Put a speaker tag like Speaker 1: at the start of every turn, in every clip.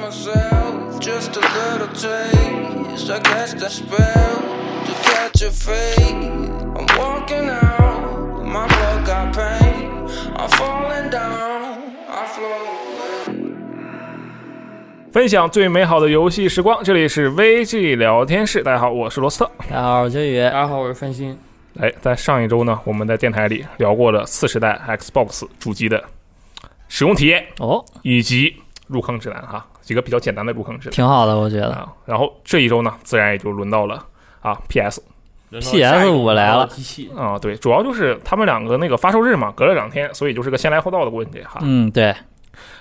Speaker 1: myself just a little taste. I guess that spell to catch a fade. I'm walking out, my blood got pain. I'm falling down, I float. away.
Speaker 2: 分享最美好的游戏时光，这里是 VG 聊天室。大家好，我是罗斯特。
Speaker 3: 大家好，我是秋雨。
Speaker 4: 大家好，我是范鑫。
Speaker 2: 哎，在上一周呢，我们在电台里聊过了次时代 Xbox 主机的使用体验
Speaker 3: 哦，
Speaker 2: 以及入坑指南哈，几个比较简单的入坑指
Speaker 3: 挺好的，我觉
Speaker 2: 南
Speaker 3: 得。
Speaker 2: 啊。然后这一周呢，自然也就轮到了啊 PS
Speaker 3: PS 五来了，
Speaker 4: 机器
Speaker 2: 啊，对，主要就是他们两个那个发售日嘛，隔了两天，所以就是个先来后到的问题哈。
Speaker 3: 嗯，对，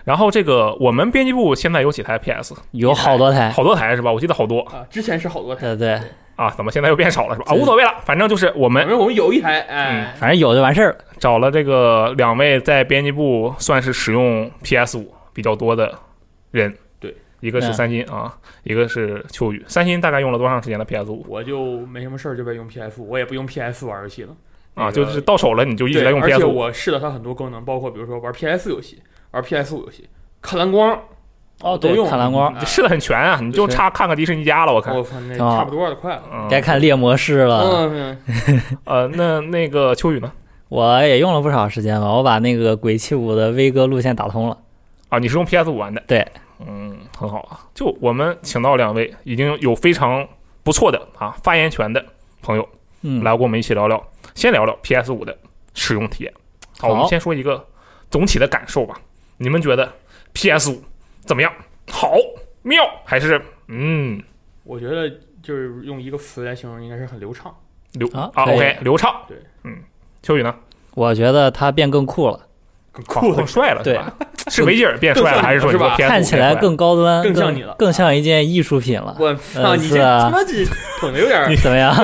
Speaker 2: 然后这个我们编辑部现在有几台 PS，
Speaker 3: 有好多台，
Speaker 2: 好多台是吧？我记得好多
Speaker 4: 啊，之前是好多台，
Speaker 3: 对对，
Speaker 2: 啊，怎么现在又变少了是吧？啊，
Speaker 3: 对
Speaker 2: 无所谓了，反正就是我们
Speaker 4: 反正我们有一台，
Speaker 2: 嗯
Speaker 4: 哎，
Speaker 3: 反正有就完事儿了。
Speaker 2: 找了这个两位在编辑部算是使用 PS 五比较多的人，
Speaker 4: 对，
Speaker 2: 一个是
Speaker 3: 嗯
Speaker 2: 三星啊，一个是秋雨。三星大概用了多长时间的 PS 五
Speaker 4: 我就没什么事儿就在用 PS，我也不用 PS 玩游戏了
Speaker 2: 啊？
Speaker 4: 那个
Speaker 2: 就是到手了你就一直在用
Speaker 4: 对而
Speaker 2: PS
Speaker 4: 且
Speaker 2: 五
Speaker 4: 我试了它很多功能，包括比如说玩 PS 游戏、玩 PS 五游戏、看蓝光，
Speaker 3: 哦，
Speaker 4: 都
Speaker 3: 对
Speaker 4: 用
Speaker 3: 看蓝光，
Speaker 2: 试的很全啊，你就
Speaker 4: 对
Speaker 2: 差看个迪士尼家了，我看。
Speaker 4: 我操，那
Speaker 3: 挺好
Speaker 4: 差不多了，快了。
Speaker 2: 嗯
Speaker 3: 该看猎魔士了。
Speaker 4: 嗯，嗯
Speaker 2: 呃，那那个秋雨呢？
Speaker 3: 我也用了不少时间吧，我把那个鬼泣五的威哥路线打通了。
Speaker 2: 啊，你是用 PS 五玩的？
Speaker 3: 对，
Speaker 2: 嗯，很好啊。就我们请到两位已经有非常不错的啊发言权的朋友
Speaker 3: 嗯，
Speaker 2: 来跟我们一起聊聊，先聊聊 PS 五的使用体验。好，我们
Speaker 3: 好
Speaker 2: 先说一个总体的感受吧。你们觉得 PS 五怎么样？好，妙还是嗯
Speaker 4: 我觉得就是用一个词来形容，应该是很流畅。
Speaker 2: 流
Speaker 3: 啊
Speaker 2: 啊
Speaker 3: 可以
Speaker 2: ？OK，流畅。
Speaker 4: 对，
Speaker 2: 嗯，秋雨呢？
Speaker 3: 我觉得它变更酷了，
Speaker 4: 啊
Speaker 2: 酷更帅了，
Speaker 3: 对
Speaker 2: 是吧？是维吉尔变帅了，
Speaker 4: 更
Speaker 2: 还是说你
Speaker 4: 是吧
Speaker 2: 说 PS
Speaker 3: 看起来更高端，
Speaker 4: 更
Speaker 3: 更
Speaker 4: 像你了
Speaker 3: 更像一件艺术品了。
Speaker 4: 我操，
Speaker 3: 嗯
Speaker 4: 你
Speaker 3: 是
Speaker 4: 这
Speaker 3: 啊
Speaker 4: 他妈这捧的 有点儿，
Speaker 3: 怎么样？。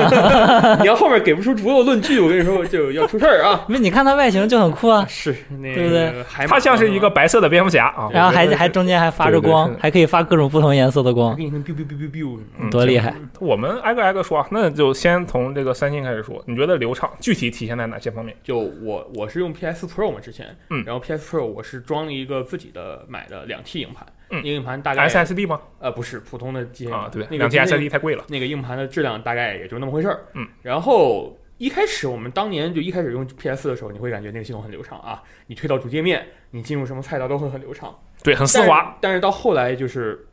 Speaker 4: 你要后面给不出足够论据，我跟你说就要出事儿 啊
Speaker 3: 没，你看它外形就很酷啊，
Speaker 4: 是，那
Speaker 3: 对不对
Speaker 4: 个海马
Speaker 2: 他像是一个白色的蝙蝠侠啊
Speaker 4: 对？
Speaker 3: 嗯然后还
Speaker 4: 对对
Speaker 3: 还中间还发着
Speaker 2: 对对
Speaker 3: 光
Speaker 2: 是，
Speaker 3: 还可以发各种不同颜色的
Speaker 4: 还
Speaker 3: 光，
Speaker 4: 给你跟 biu biu biu biu biu，
Speaker 2: 嗯
Speaker 3: 多厉害！
Speaker 2: 我们挨个挨个说啊，那就先从这个三星开始说。你觉得流畅具体体现在哪些方面？
Speaker 4: 就我我是用 PS Pro 嘛，之前，
Speaker 2: 嗯
Speaker 4: 然后 PS Pro 我是装了一个自己的买的两 T 硬盘，
Speaker 2: 嗯
Speaker 4: 那个硬盘大概
Speaker 2: SSD 吗？
Speaker 4: 呃不是普通的机械硬盘
Speaker 2: 啊，对，
Speaker 4: 那
Speaker 2: 两
Speaker 4: 个
Speaker 2: T
Speaker 4: 那个
Speaker 2: SSD 太贵了。
Speaker 4: 那个硬盘的质量大概也就那么回事儿，
Speaker 2: 嗯，
Speaker 4: 然后。一开始我们当年就一开始用 PS 的时候，你会感觉那个系统很流畅啊，你推到主界面，你进入什么菜单都会很流畅，
Speaker 2: 对，很丝
Speaker 4: 但是
Speaker 2: 滑。
Speaker 4: 但是到后来就是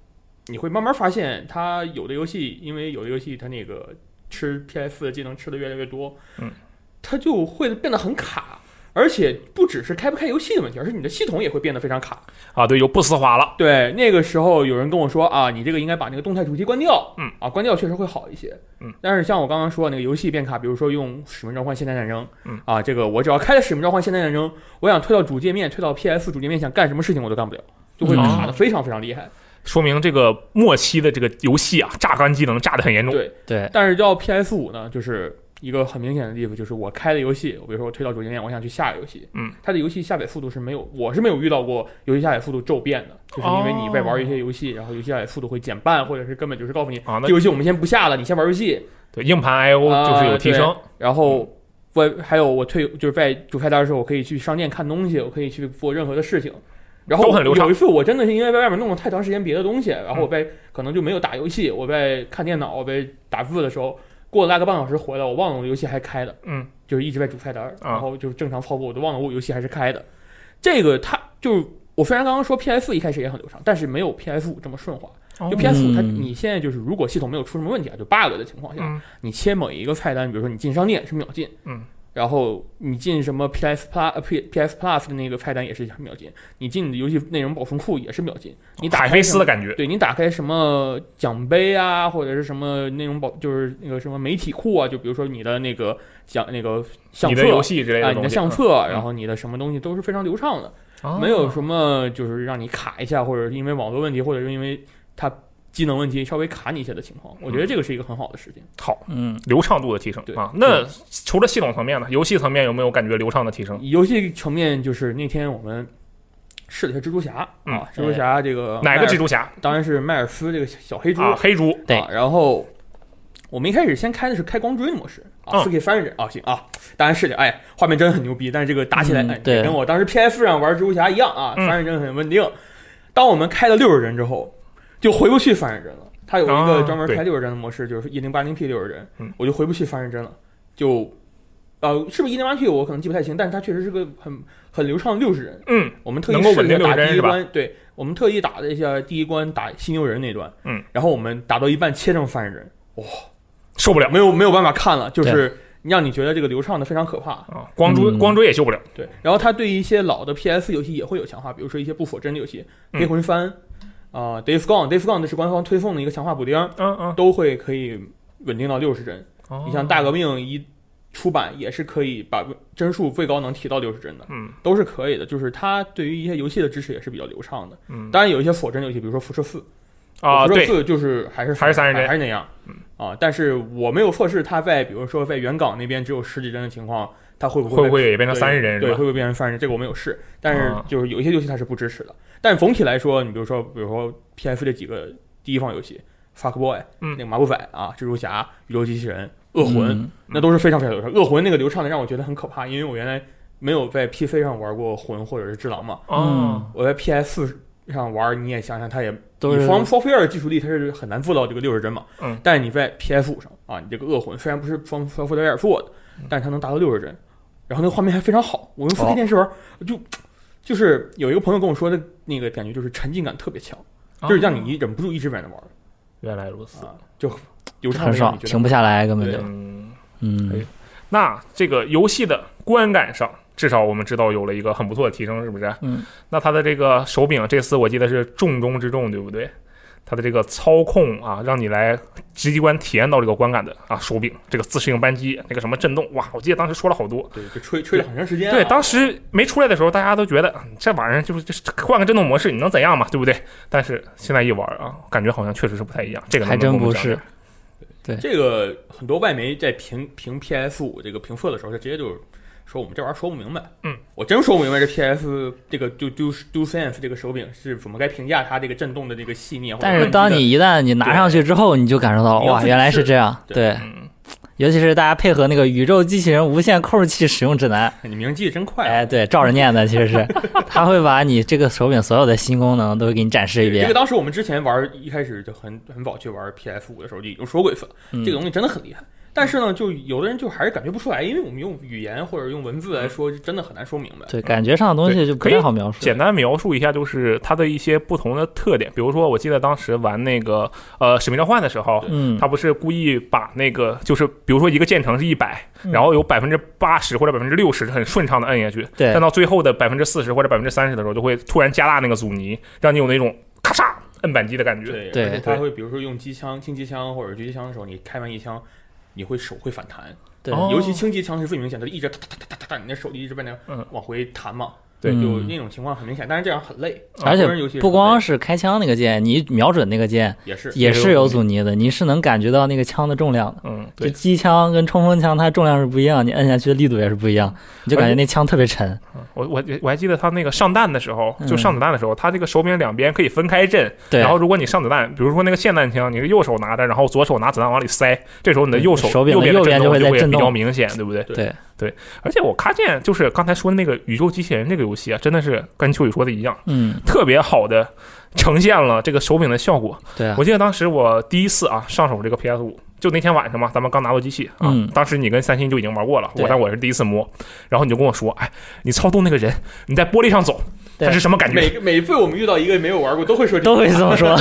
Speaker 4: 你会慢慢发现，它有的游戏，因为有的游戏它那个吃 PS 的技能吃的越来越多，
Speaker 2: 嗯，
Speaker 4: 它就会变得很卡。而且不只是开不开游戏的问题，而是你的系统也会变得非常卡。
Speaker 2: 啊，对，有不丝滑了。
Speaker 4: 对，那个时候有人跟我说啊，你这个应该把那个动态主机关掉，
Speaker 2: 嗯，
Speaker 4: 啊，关掉确实会好一些，
Speaker 2: 嗯。
Speaker 4: 但是像我刚刚说那个游戏变卡，比如说用《使命召唤：现代战争》，
Speaker 2: 嗯，
Speaker 4: 啊，这个我只要开了《使命召唤：现代战争》，我想推到主界面，推到 PS 主界面，想干什么事情我都干不了，就会
Speaker 3: 嗯
Speaker 4: 卡的非常非常厉害。
Speaker 2: 说明这个末期的这个游戏啊，榨干机能榨得很严重。
Speaker 4: 对，
Speaker 3: 对，
Speaker 4: 但是到 PS 五呢，就是一个很明显的例子，就是我开的游戏，我比如说我推到主界面，我想去下游戏，
Speaker 2: 嗯，
Speaker 4: 它的游戏下载速度是没有，我是没有遇到过游戏下载速度骤变的，就是因为你在玩一些游戏，然后游戏下载速度会减半，或者是根本就是告诉你，
Speaker 2: 啊，那
Speaker 4: 这游戏我们先不下了，你先玩游戏，
Speaker 2: 对硬盘 I/O
Speaker 4: 啊
Speaker 2: 就是有提升。
Speaker 4: 然
Speaker 2: 嗯
Speaker 4: 后。我还有我退就是在主菜单的时候，我可以去商店看东西，我可以去做任何的事情，然后
Speaker 2: 都很流畅嗯
Speaker 4: 有一次我真的是因为在外面弄了太长时间别的东西，然后我在、可能就没有打游戏，我在看电脑，我在打字的时候，过了大概半小时回来，我忘了我游戏还开的，
Speaker 2: 嗯，
Speaker 4: 就是一直在主菜单儿，
Speaker 2: 啊
Speaker 4: 然后就是正常操作，我都忘了我游戏还是开的。这个它就是我虽然刚刚说 PS 一开始也很流畅，但是没有 PS 五这么顺滑。
Speaker 2: 哦
Speaker 4: 就 PS 五它
Speaker 3: 嗯
Speaker 4: 你现在就是如果系统没有出什么问题啊，就 bug 的情况下，
Speaker 2: 嗯
Speaker 4: 你切某一个菜单，比如说你进商店是秒进，
Speaker 2: 嗯。
Speaker 4: 然后你进什么 PS Plus 呃 P PS Plus 的那个菜单也是秒进，你进你的游戏内容保存库也是秒进，你
Speaker 2: 哦
Speaker 4: 打
Speaker 2: 海
Speaker 4: 开
Speaker 2: 飞
Speaker 4: 什
Speaker 2: 丝
Speaker 4: 么
Speaker 2: 的感觉。
Speaker 4: 对你打开什么奖杯啊，或者是什么内容保，就是那个什么媒体库啊，就比如说你的那个奖那个相
Speaker 2: 你
Speaker 4: 册
Speaker 2: 的游戏之类
Speaker 4: 啊，
Speaker 2: 的
Speaker 4: 你
Speaker 2: 东
Speaker 4: 的
Speaker 2: 西，
Speaker 4: 相册，
Speaker 2: 嗯
Speaker 4: 然后你的什么东西都是非常流畅的，
Speaker 2: 啊
Speaker 4: 没有什么就是让你卡一下，或者是因为网络问题，或者是因为它机能问题稍微卡你一下的情况。我觉
Speaker 2: 嗯
Speaker 4: 得这个是一个很好的事情。
Speaker 2: 好
Speaker 3: 嗯，
Speaker 2: 流畅度的提升
Speaker 4: 对
Speaker 2: 啊。那除了系统层面呢，游戏层面有没有感觉流畅的提升？
Speaker 4: 游戏层面就是那天我们试了一下蜘蛛侠
Speaker 2: 嗯
Speaker 4: 啊，蜘蛛侠这个
Speaker 2: 哪个蜘
Speaker 4: 蛛？
Speaker 2: 蛛侠
Speaker 4: 当然是迈尔斯这个小黑猪
Speaker 2: 啊？黑猪
Speaker 3: 对
Speaker 4: 啊，然后我们一开始先开的是开光追模式啊，
Speaker 2: 嗯
Speaker 4: 四 K 三十帧啊，行啊，当然是的，哎，画面真的很牛逼，但是这个打起来，
Speaker 3: 嗯
Speaker 4: 哎，
Speaker 3: 对
Speaker 4: 跟我当时 PS 上玩蜘蛛侠一样啊，
Speaker 2: 嗯
Speaker 4: 三十帧很稳定。当我们开到六十帧之后，就回不去翻认真了。它有一
Speaker 2: 啊
Speaker 4: 个专门
Speaker 2: 对
Speaker 4: 开六十帧的模式，就是一零八零 P 六十
Speaker 2: 嗯
Speaker 4: 帧，我就回不去翻认真了，就。呃，是不是一零八 P 我可能记不太清，但是它确实是个很很流畅六十帧。
Speaker 2: 嗯，
Speaker 4: 我们特意
Speaker 2: 能够
Speaker 4: 试
Speaker 2: 稳定
Speaker 4: 着打
Speaker 2: 六十帧
Speaker 4: 第一
Speaker 2: 是吧
Speaker 4: 关，对，我们特意打了一下第一关打犀牛人那段，
Speaker 2: 嗯，
Speaker 4: 然后我们打到一半切成翻人人，
Speaker 2: 受不了
Speaker 4: 没有没有办法看了，就是让你觉得这个流畅的非常可怕，
Speaker 2: 啊，光追
Speaker 3: 嗯
Speaker 2: 光追也救不了。
Speaker 4: 对。然后它对一些老的 PS 游戏也会有强化，比如说一些不锁帧的游戏，
Speaker 2: 嗯
Speaker 4: 《黑魂三》啊，《Days Gone》，《Days Gone》这是官方推送的一个强化补丁，
Speaker 2: 嗯嗯
Speaker 4: 都会可以稳定到六十帧。
Speaker 2: 哦，
Speaker 4: 你像大革命一出版也是可以把帧数最高能提到六十帧的，
Speaker 2: 嗯
Speaker 4: 都是可以的。就是它对于一些游戏的支持也是比较流畅的。
Speaker 2: 嗯
Speaker 4: 当然有一些锁帧游戏，比如说《辐射四》
Speaker 2: 啊，
Speaker 4: 辐射
Speaker 2: 对，
Speaker 4: 四就是还是
Speaker 2: 还是三十嗯帧
Speaker 4: 还是那样。啊，但是我没有测试它在比如说在原港那边只有十几帧的情况，它会不
Speaker 2: 会不
Speaker 4: 会
Speaker 2: 会也变成
Speaker 4: 对
Speaker 2: 三十人
Speaker 4: 对，
Speaker 2: 是吧？
Speaker 4: 会不会变成三十人？这个我没有试，但是
Speaker 2: 啊
Speaker 4: 就是有一些游戏它是不支持的。但是总体来说，你比如说，比如说 PS 这几个第一方游戏，Fuck Boy，
Speaker 2: 嗯
Speaker 4: 那个麻布仔啊，蜘蛛侠、宇宙机器人、恶魂，
Speaker 3: 嗯
Speaker 4: 那都是非常非常流畅。恶魂那个流畅的让我觉得很可怕，因为我原来没有在 PC 上玩过魂或者是只狼嘛，
Speaker 3: 嗯
Speaker 2: 哦，
Speaker 4: 我在 PS 上玩，你也想想，它也
Speaker 3: 都
Speaker 4: 你
Speaker 3: 是
Speaker 4: 方 software 的技术力它是很难做到这个六十帧嘛。
Speaker 2: 嗯。
Speaker 4: 但是你在 PS 五上啊，你这个恶魂虽然不是方 software 做的，但是它能达到六十帧，然后那个画面还非常好。我用
Speaker 3: 哦
Speaker 4: 4K 电视玩，就就是有一个朋友跟我说的那个感觉就是沉浸感特别强，
Speaker 2: 哦
Speaker 4: 就是让你忍不住一直在那玩
Speaker 2: 原来如此。
Speaker 4: 啊，就流畅
Speaker 3: 很
Speaker 4: 地让
Speaker 3: 爽
Speaker 4: 你，觉得
Speaker 3: 停不下来，根本就
Speaker 4: 对
Speaker 2: 嗯，
Speaker 3: 嗯
Speaker 2: 那这个游戏的观感上，至少我们知道有了一个很不错的提升，是不是？
Speaker 3: 嗯。
Speaker 2: 那它的这个手柄，这次我记得是重中之重，对不对？它的这个操控啊，让你来直观体验到这个观感的啊，手柄这个自适应扳机，那个什么震动，哇！我记得当时说了好多。
Speaker 4: 对，就吹吹了很长时间啊、
Speaker 2: 对，当时没出来的时候，大家都觉得嗯这玩意儿就是就是换个震动模式，你能怎样嘛，对不对？但是现在一玩啊，感觉好像确实是不太一样。这
Speaker 4: 哎
Speaker 2: 个能
Speaker 3: 还
Speaker 2: 能
Speaker 3: 真
Speaker 2: 跟我
Speaker 3: 不
Speaker 2: 们讲
Speaker 3: 是
Speaker 2: 讲，
Speaker 4: 这个很多外媒在评评 PS 五这个评测的时候，他直接就说我们这玩意儿说不明白。
Speaker 2: 嗯，
Speaker 4: 我真说不明白这 PS 这个就 Do Do Sense 这个手柄是怎么该评价它这个震动的这个细腻。或者
Speaker 3: 但
Speaker 4: 扳
Speaker 3: 是
Speaker 4: 机
Speaker 3: 当
Speaker 4: 的
Speaker 3: 你一旦你拿上去之后，你就感受到
Speaker 4: 你要
Speaker 3: 哇，
Speaker 4: 自己
Speaker 3: 原来
Speaker 4: 试
Speaker 3: 是这样。
Speaker 4: 对
Speaker 3: 对，
Speaker 2: 嗯，
Speaker 3: 尤其是大家配合那个宇宙机器人无线控制器使用指南，
Speaker 4: 你名记得真快、啊，
Speaker 3: 哎，对，照着念的其实 是，它会把你这个手柄所有的新功能都会给你展示一
Speaker 4: 这
Speaker 3: 遍
Speaker 4: 个。当时我们之前玩一开始就很很早去玩 PS 五的时候就已经说过一次了，
Speaker 3: 嗯
Speaker 4: 这个东西真的很厉害。但是呢，就有的人就还是感觉不出来，因为我们用语言或者用文字来说，真的很难说明白。
Speaker 3: 对，感觉上的东西就不
Speaker 2: 可以
Speaker 3: 太好描述。嗯
Speaker 2: 简单描述一下，就是它的一些不同的特点。比如说，我记得当时玩那个呃《使命召唤》的时候，
Speaker 3: 嗯
Speaker 2: 他不是故意把那个就是比如说一个建成是一百、
Speaker 3: 嗯
Speaker 2: 然后有百分之八十或者百分之六十很顺畅的摁下去，
Speaker 3: 对
Speaker 2: 但到最后的百分之四十或者百分之三十的时候，就会突然加大那个阻尼，让你有那种咔嚓摁扳机的感觉。
Speaker 4: 对，
Speaker 3: 对
Speaker 4: 而且他会比如说用机枪、轻机枪或者狙击枪的时候，你开完一枪，你会手会反弹，
Speaker 3: 对
Speaker 2: 哦
Speaker 4: 尤其轻机枪是最明显的，一直哒哒哒哒哒哒，你的手就一直在那
Speaker 2: 嗯
Speaker 4: 往回弹嘛，
Speaker 2: 对
Speaker 4: 就
Speaker 3: 嗯
Speaker 4: 那种情况很明显，但是这样很累，
Speaker 3: 而
Speaker 4: 很多人尤其
Speaker 3: 且
Speaker 4: 是
Speaker 3: 不光
Speaker 4: 很累
Speaker 3: 是开枪那个键，你瞄准那个键
Speaker 4: 也是
Speaker 3: 也是有
Speaker 2: 有
Speaker 3: 阻尼的，你是能感觉到那个枪的重量的。
Speaker 2: 嗯，
Speaker 3: 就
Speaker 2: 对，
Speaker 3: 机枪跟冲锋枪，它重量是不一样，你摁下去的力度也是不一样，你就感觉那枪特别沉。
Speaker 2: 我我我还记得他那个上弹的时候，
Speaker 3: 嗯
Speaker 2: 就上子弹的时候，他这个手柄两边可以分开震，
Speaker 3: 对，
Speaker 2: 然后如果你上子弹，比如说那个霰弹枪，你是右手拿着，然后左手拿子弹往里塞，这时候你的
Speaker 3: 对
Speaker 2: 右手
Speaker 3: 嗯手柄的
Speaker 2: 右边震
Speaker 3: 右边就会在
Speaker 2: 会
Speaker 3: 震
Speaker 2: 比较
Speaker 3: 动
Speaker 2: 明显，对不对？
Speaker 3: 对
Speaker 2: 而且我看见就是刚才说的那个宇宙机器人这个游戏啊，真的是跟秋雨说的一样，
Speaker 3: 嗯，
Speaker 2: 特别好的呈现了这个手柄的效果。
Speaker 3: 对啊
Speaker 2: 我，记得当时我第一次啊上手这个 PS 五，就那天晚上嘛，咱们刚拿到机器啊，
Speaker 3: 嗯
Speaker 2: 当时你跟三星就已经玩过了，我
Speaker 3: 对
Speaker 2: 但我是第一次摸，然后你就跟我说，哎，你操纵那个人，你在玻璃上走，
Speaker 3: 对
Speaker 2: 他是什么感觉？
Speaker 4: 每个每一次我们遇到一个没有玩过，都会说这个
Speaker 3: 都会这么 说。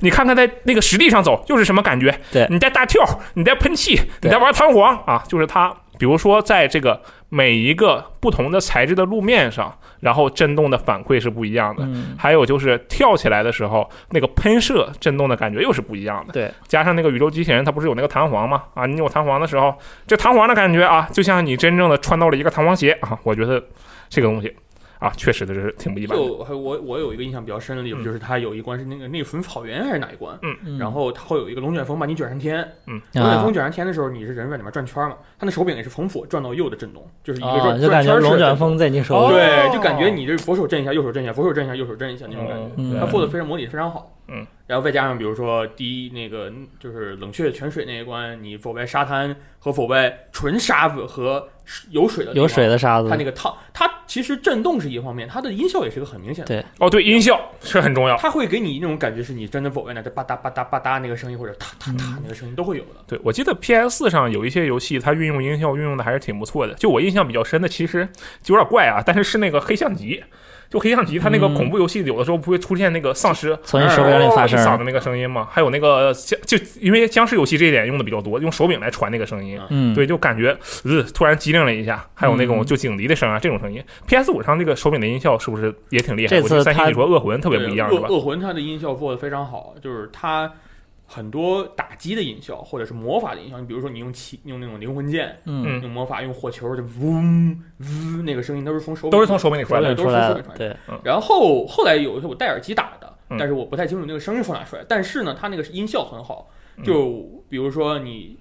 Speaker 2: 你看看在那个实地上走又是什么感觉？
Speaker 3: 对
Speaker 2: 你在大跳，你在喷气，你
Speaker 3: 对
Speaker 2: 在玩弹簧啊，就是它。比如说，在这个每一个不同的材质的路面上，然后震动的反馈是不一样的。
Speaker 3: 嗯，
Speaker 2: 还有就是跳起来的时候，那个喷射震动的感觉又是不一样的。
Speaker 3: 对，
Speaker 2: 加上那个宇宙机器人，它不是有那个弹簧吗？啊，你有弹簧的时候，这弹簧的感觉啊，就像你真正的穿到了一个弹簧鞋啊。我觉得这个东西啊，确实的是挺不一般的。
Speaker 4: 就还我我有一个印象比较深的例子，
Speaker 2: 嗯
Speaker 4: 就是它有一关是那个内存草原还是哪一关？
Speaker 3: 嗯
Speaker 4: 然后它会有一个龙卷风把你卷上天，龙卷
Speaker 3: 啊
Speaker 4: 风，卷上天的时候，你是人在里面转圈嘛？它那手柄也是从左转到右的震动，就是一个
Speaker 3: 啊
Speaker 4: 转
Speaker 3: 就感
Speaker 4: 转
Speaker 3: 觉
Speaker 4: 圈式的
Speaker 3: 龙
Speaker 4: 震
Speaker 3: 卷
Speaker 4: 动
Speaker 3: 风在你手
Speaker 2: 哦
Speaker 3: 里。
Speaker 4: 对，就感觉你这左手震一下，右手震一下，左手震一下，右手震一下那种感觉。
Speaker 2: 哦
Speaker 3: 嗯
Speaker 4: 它做的非常模拟得非常好。
Speaker 2: 嗯，
Speaker 4: 然后再加上比如说第一那个就是冷却泉水那一关，你走在沙滩和走在纯沙子和有水的地
Speaker 3: 有
Speaker 4: 方
Speaker 3: 水的沙子
Speaker 4: 它，那个烫，它其实震动是一方面，它的音效也是一个很明显的，
Speaker 3: 对
Speaker 2: 哦，对，音效是很重要。
Speaker 4: 它会给你那种感觉是你真的走在那，这吧嗒吧嗒吧嗒那个声音，或者嗒嗒嗒那个声音都会有的。
Speaker 2: 对，我记得 PS 上有一些游戏，它运用音效运用的还是挺不错的。就我印象比较深的，其实就有点怪啊，但是是那个黑象极。就黑象极，它那个
Speaker 3: 嗯
Speaker 2: 恐怖游戏有的时候不会出现那个丧尸
Speaker 3: 从你手表里发
Speaker 2: 一哦
Speaker 4: 哦
Speaker 2: 嗓
Speaker 3: 声，
Speaker 2: 的那个声音嘛，还有那个僵就因为僵尸游戏这一点用的比较多，用手柄来传那个声音，
Speaker 3: 嗯，
Speaker 2: 对，就感觉呃突然机灵了一下，还有那种
Speaker 3: 嗯
Speaker 2: 就警笛的声啊，这种声音。PS 五上那个手柄的音效是不是也挺厉害？
Speaker 3: 这
Speaker 2: 我觉得
Speaker 3: 次
Speaker 2: 三星
Speaker 3: 它
Speaker 2: 你说恶魂特别
Speaker 4: 对，
Speaker 2: 不一样
Speaker 4: 恶
Speaker 2: 是吧？
Speaker 4: 恶魂它的音效做的非常好，就是它很多打击的音效或者是魔法的音效，你比如说你用气用那种灵魂剑，
Speaker 3: 嗯，
Speaker 2: 嗯
Speaker 4: 用魔法用火球就嗡嗡那个声音都是从手
Speaker 2: 都是从手柄里出来的
Speaker 3: 表
Speaker 4: 对都
Speaker 3: 出
Speaker 4: 是
Speaker 3: 来
Speaker 4: 从手
Speaker 3: 了
Speaker 4: 里传，
Speaker 3: 对，
Speaker 4: 然后后来有一次我戴耳机打的
Speaker 2: 嗯，
Speaker 4: 但是我不太清楚那个声音从哪出来。但是呢，它那个音效很好
Speaker 2: 嗯，
Speaker 4: 就比如说你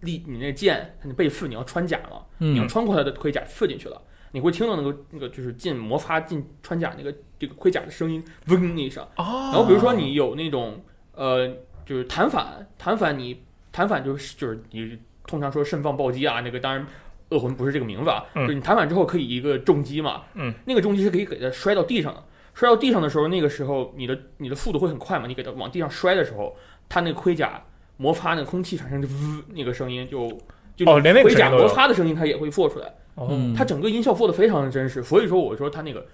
Speaker 4: 立你那剑，你背刺，你要穿甲了，你要
Speaker 3: 嗯，
Speaker 4: 穿过它的盔甲刺进去了，你会听到那个那个就是进摩擦进穿甲那个这个盔甲的声音，嗡的一声。
Speaker 2: 哦
Speaker 4: 然后比如说你有那种呃，就是弹反，弹反你弹反就是就是你通常说盛放暴击啊，那个当然恶魂不是这个名字啊，
Speaker 2: 嗯
Speaker 4: 就是你弹反之后可以一个重击嘛，
Speaker 2: 嗯，
Speaker 4: 那个重击是可以给它摔到地上的，摔到地上的时候，那个时候你的你的速度会很快嘛，你给它往地上摔的时候，它那个盔甲摩擦那个空气产生的呜那个声音就。就
Speaker 2: 哦连那个
Speaker 4: 盔
Speaker 2: 声
Speaker 4: 甲
Speaker 2: 音都有
Speaker 4: 摩擦的声音，它也会做出来。
Speaker 2: 哦
Speaker 3: 嗯
Speaker 4: 它整个音效做的非常的真实，所以说我说它那个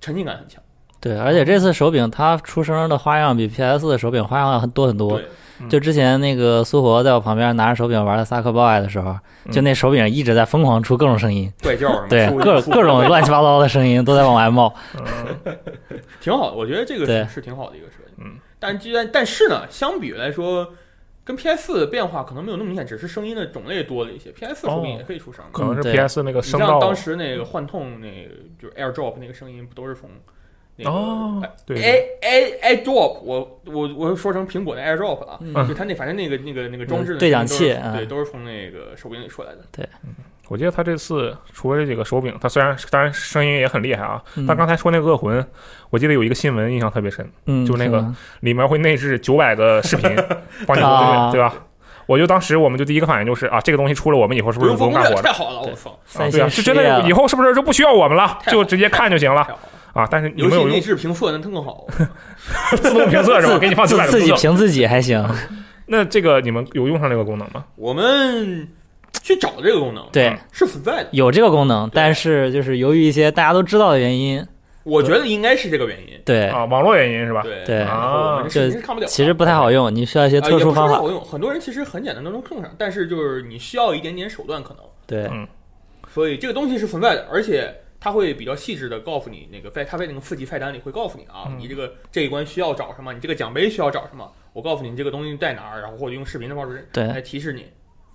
Speaker 4: 沉浸感很强。
Speaker 3: 对，而且这次手柄它出声的花样比 PS 的手柄花样很多很多
Speaker 4: 对。嗯
Speaker 3: 就之前那个苏活在我旁边拿着手柄玩的《萨克 boy》的时候，
Speaker 4: 嗯
Speaker 3: 就那手柄一直在疯狂出各种声音，
Speaker 4: 怪叫什么
Speaker 3: 对，
Speaker 4: 出
Speaker 3: 各
Speaker 4: 出
Speaker 3: 各种乱七八糟的声音都在往外冒。
Speaker 4: 挺好的，我觉得这个
Speaker 3: 对
Speaker 4: 是是挺好的一个设计。
Speaker 2: 嗯，
Speaker 4: 但居然但是呢，相比来说，跟 PS 的变化可能没有那么明显，只是声音的种类多了一些。PS
Speaker 2: 哦
Speaker 4: 手柄也可以出声的，
Speaker 2: 可能是
Speaker 3: 嗯对
Speaker 2: PS 那个
Speaker 4: 你
Speaker 2: 声
Speaker 4: 像
Speaker 2: 道
Speaker 4: 当时那个幻痛那个就是 AirDrop 那个声音，不都是从那个
Speaker 2: 哦，对对，
Speaker 4: 哎哎哎 drop，我我我说成苹果的 AirDrop 了，啊
Speaker 3: 嗯
Speaker 4: 就它那反正那个那个那个装置的
Speaker 3: 嗯对讲
Speaker 4: 声音都是
Speaker 3: 器啊
Speaker 4: 对，都是从那个手柄里出来的。
Speaker 2: 我记得他这次除了这几个手柄，他虽然当然声音也很厉害啊，
Speaker 3: 嗯
Speaker 2: 但刚才说那个恶魂，我记得有一个新闻印象特别深，
Speaker 3: 嗯，
Speaker 2: 就那个啊
Speaker 3: 是吗
Speaker 2: 里面会内置九百个视频 帮你做攻略，
Speaker 3: 啊
Speaker 2: 对吧？我就当时我们就第一个反应就是啊，这个东西出了，我们以后是不
Speaker 4: 不
Speaker 2: 是
Speaker 4: 用
Speaker 2: 不
Speaker 4: 做
Speaker 2: 用
Speaker 4: 攻
Speaker 2: 干
Speaker 4: 略
Speaker 2: 活了？
Speaker 4: 太好了，我操！
Speaker 2: 啊
Speaker 3: 三
Speaker 2: 对
Speaker 3: 星
Speaker 2: 啊，是真
Speaker 3: 失业
Speaker 2: 的，
Speaker 3: 了
Speaker 2: 以后是不是就不需要我们了？就直接看就行了
Speaker 4: 太好了，
Speaker 2: 啊！但是有没
Speaker 4: 游戏
Speaker 2: 有
Speaker 4: 内
Speaker 2: 用
Speaker 4: 置评测能更好。
Speaker 2: 自动评测是吧？
Speaker 3: 自
Speaker 2: 给你放九百
Speaker 3: 自
Speaker 2: 个
Speaker 3: 自己
Speaker 2: 评测。
Speaker 3: 评自己还行，
Speaker 2: 嗯那这个你们有用上这个功能吗？
Speaker 4: 我们去找这个功能，
Speaker 3: 对
Speaker 4: 嗯，是存在的。
Speaker 3: 有这个功能，但是就是由于一些大家都知道的原因，
Speaker 4: 我觉得应该是这个原因。
Speaker 3: 对，
Speaker 2: 啊，网络原因是吧？
Speaker 4: 对
Speaker 3: 对
Speaker 4: 然后我们
Speaker 3: 这
Speaker 4: 是是看不了的，
Speaker 3: 其实不太好用，你需要一些
Speaker 4: 呃。
Speaker 3: 特
Speaker 4: 也
Speaker 3: 殊
Speaker 4: 不是
Speaker 3: 方
Speaker 4: 不太
Speaker 3: 法。
Speaker 4: 好用，很多人其实很简单都能控上，但是就是你需要一点点手段可能，
Speaker 3: 对
Speaker 2: 嗯，
Speaker 4: 所以这个东西是存在的，而且它会比较细致的告诉你那个在它在那个四级菜单里会告诉你啊，
Speaker 2: 嗯
Speaker 4: 你这个这一关需要找什么，你这个奖杯需要找什么，我告诉你这个东西在哪儿，然后或者用视频的方式
Speaker 3: 对
Speaker 4: 来提示你，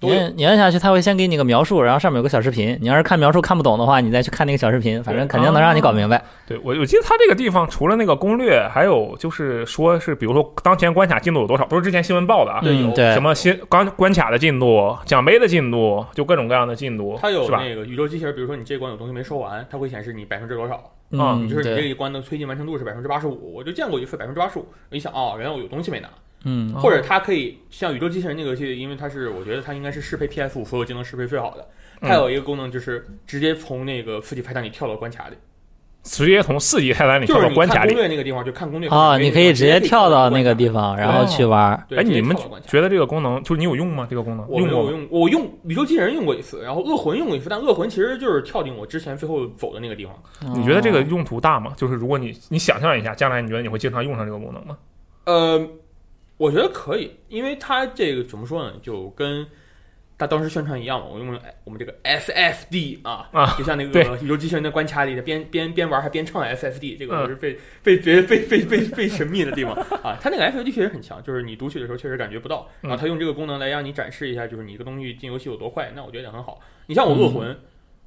Speaker 4: 都
Speaker 3: 你
Speaker 4: 有。
Speaker 3: 按你按下去，它会先给你个描述，然后上面有个小视频。你要是看描述看不懂的话，你再去看那个小视频，反正肯定能让你搞明白。
Speaker 4: 啊
Speaker 2: 对我，我记得他这个地方除了那个攻略，还有就是说是，比如说当前关卡进度有多少，不是之前新闻报的啊，
Speaker 4: 对有
Speaker 3: 嗯，对
Speaker 2: 什，么新关关卡的进度、奖杯的进度，就各种各样的进度，
Speaker 4: 它有
Speaker 2: 是吧？
Speaker 4: 那个宇宙机器人，比如说你这关有东西没说完，它会显示你百分之多少，
Speaker 2: 啊
Speaker 3: 嗯，
Speaker 4: 就是你这
Speaker 3: 对，
Speaker 4: 一关的推进完成度是百分之八十五，我就见过一次百分之八十五。我一想，哦，原来我有东西没拿，
Speaker 3: 嗯，
Speaker 4: 或者它可以像宇宙机器人那个游戏，因为它是我觉得它应该是适配 PS 五所有技能适配最好的。
Speaker 2: 嗯
Speaker 4: 它有一个功能就是直接从那个刺激排档里跳到关卡里，
Speaker 2: 直接从四级菜单里
Speaker 4: 就
Speaker 2: 跳
Speaker 4: 是
Speaker 2: 到
Speaker 4: 你
Speaker 2: 关
Speaker 4: 看
Speaker 2: 卡
Speaker 4: 攻
Speaker 2: 里。
Speaker 4: 略那个地方就看攻略
Speaker 3: 啊，你可以直接跳到那个
Speaker 4: 方，
Speaker 3: 地方，然后去玩。
Speaker 4: 对
Speaker 2: 哎，你们
Speaker 4: 直接跳到关卡
Speaker 2: 觉得这个功能就是你有用吗？这个功能
Speaker 4: 我没
Speaker 2: 过
Speaker 4: 有
Speaker 2: 吗？
Speaker 4: 用，我用宇宙机器人用过一次，然后恶魂用过一次，但恶魂其实就是跳进我之前最后走的那个地方。
Speaker 2: 你觉得
Speaker 3: 哦
Speaker 2: 这个用途大吗？就是如果你你想象一下，将来你觉得你会经常用上这个功能吗？
Speaker 4: 呃，我觉得可以，因为它这个怎么说呢，就跟它当时宣传一样嘛，我用了哎我们这个 SSD 啊，
Speaker 2: 啊
Speaker 4: 就像那
Speaker 2: 对
Speaker 4: 个宇宙机器人的关卡里的边边边玩还边唱 SSD，这个
Speaker 2: 嗯
Speaker 4: 我是被、被被被被被被神秘的地方啊，它那个 SSD 确实很强，就是你读取的时候确实感觉不到，
Speaker 2: 嗯
Speaker 4: 然后它用这个功能来让你展示一下，就是你一个东西进游戏有多快，那我觉得也很好。你像我恶魂，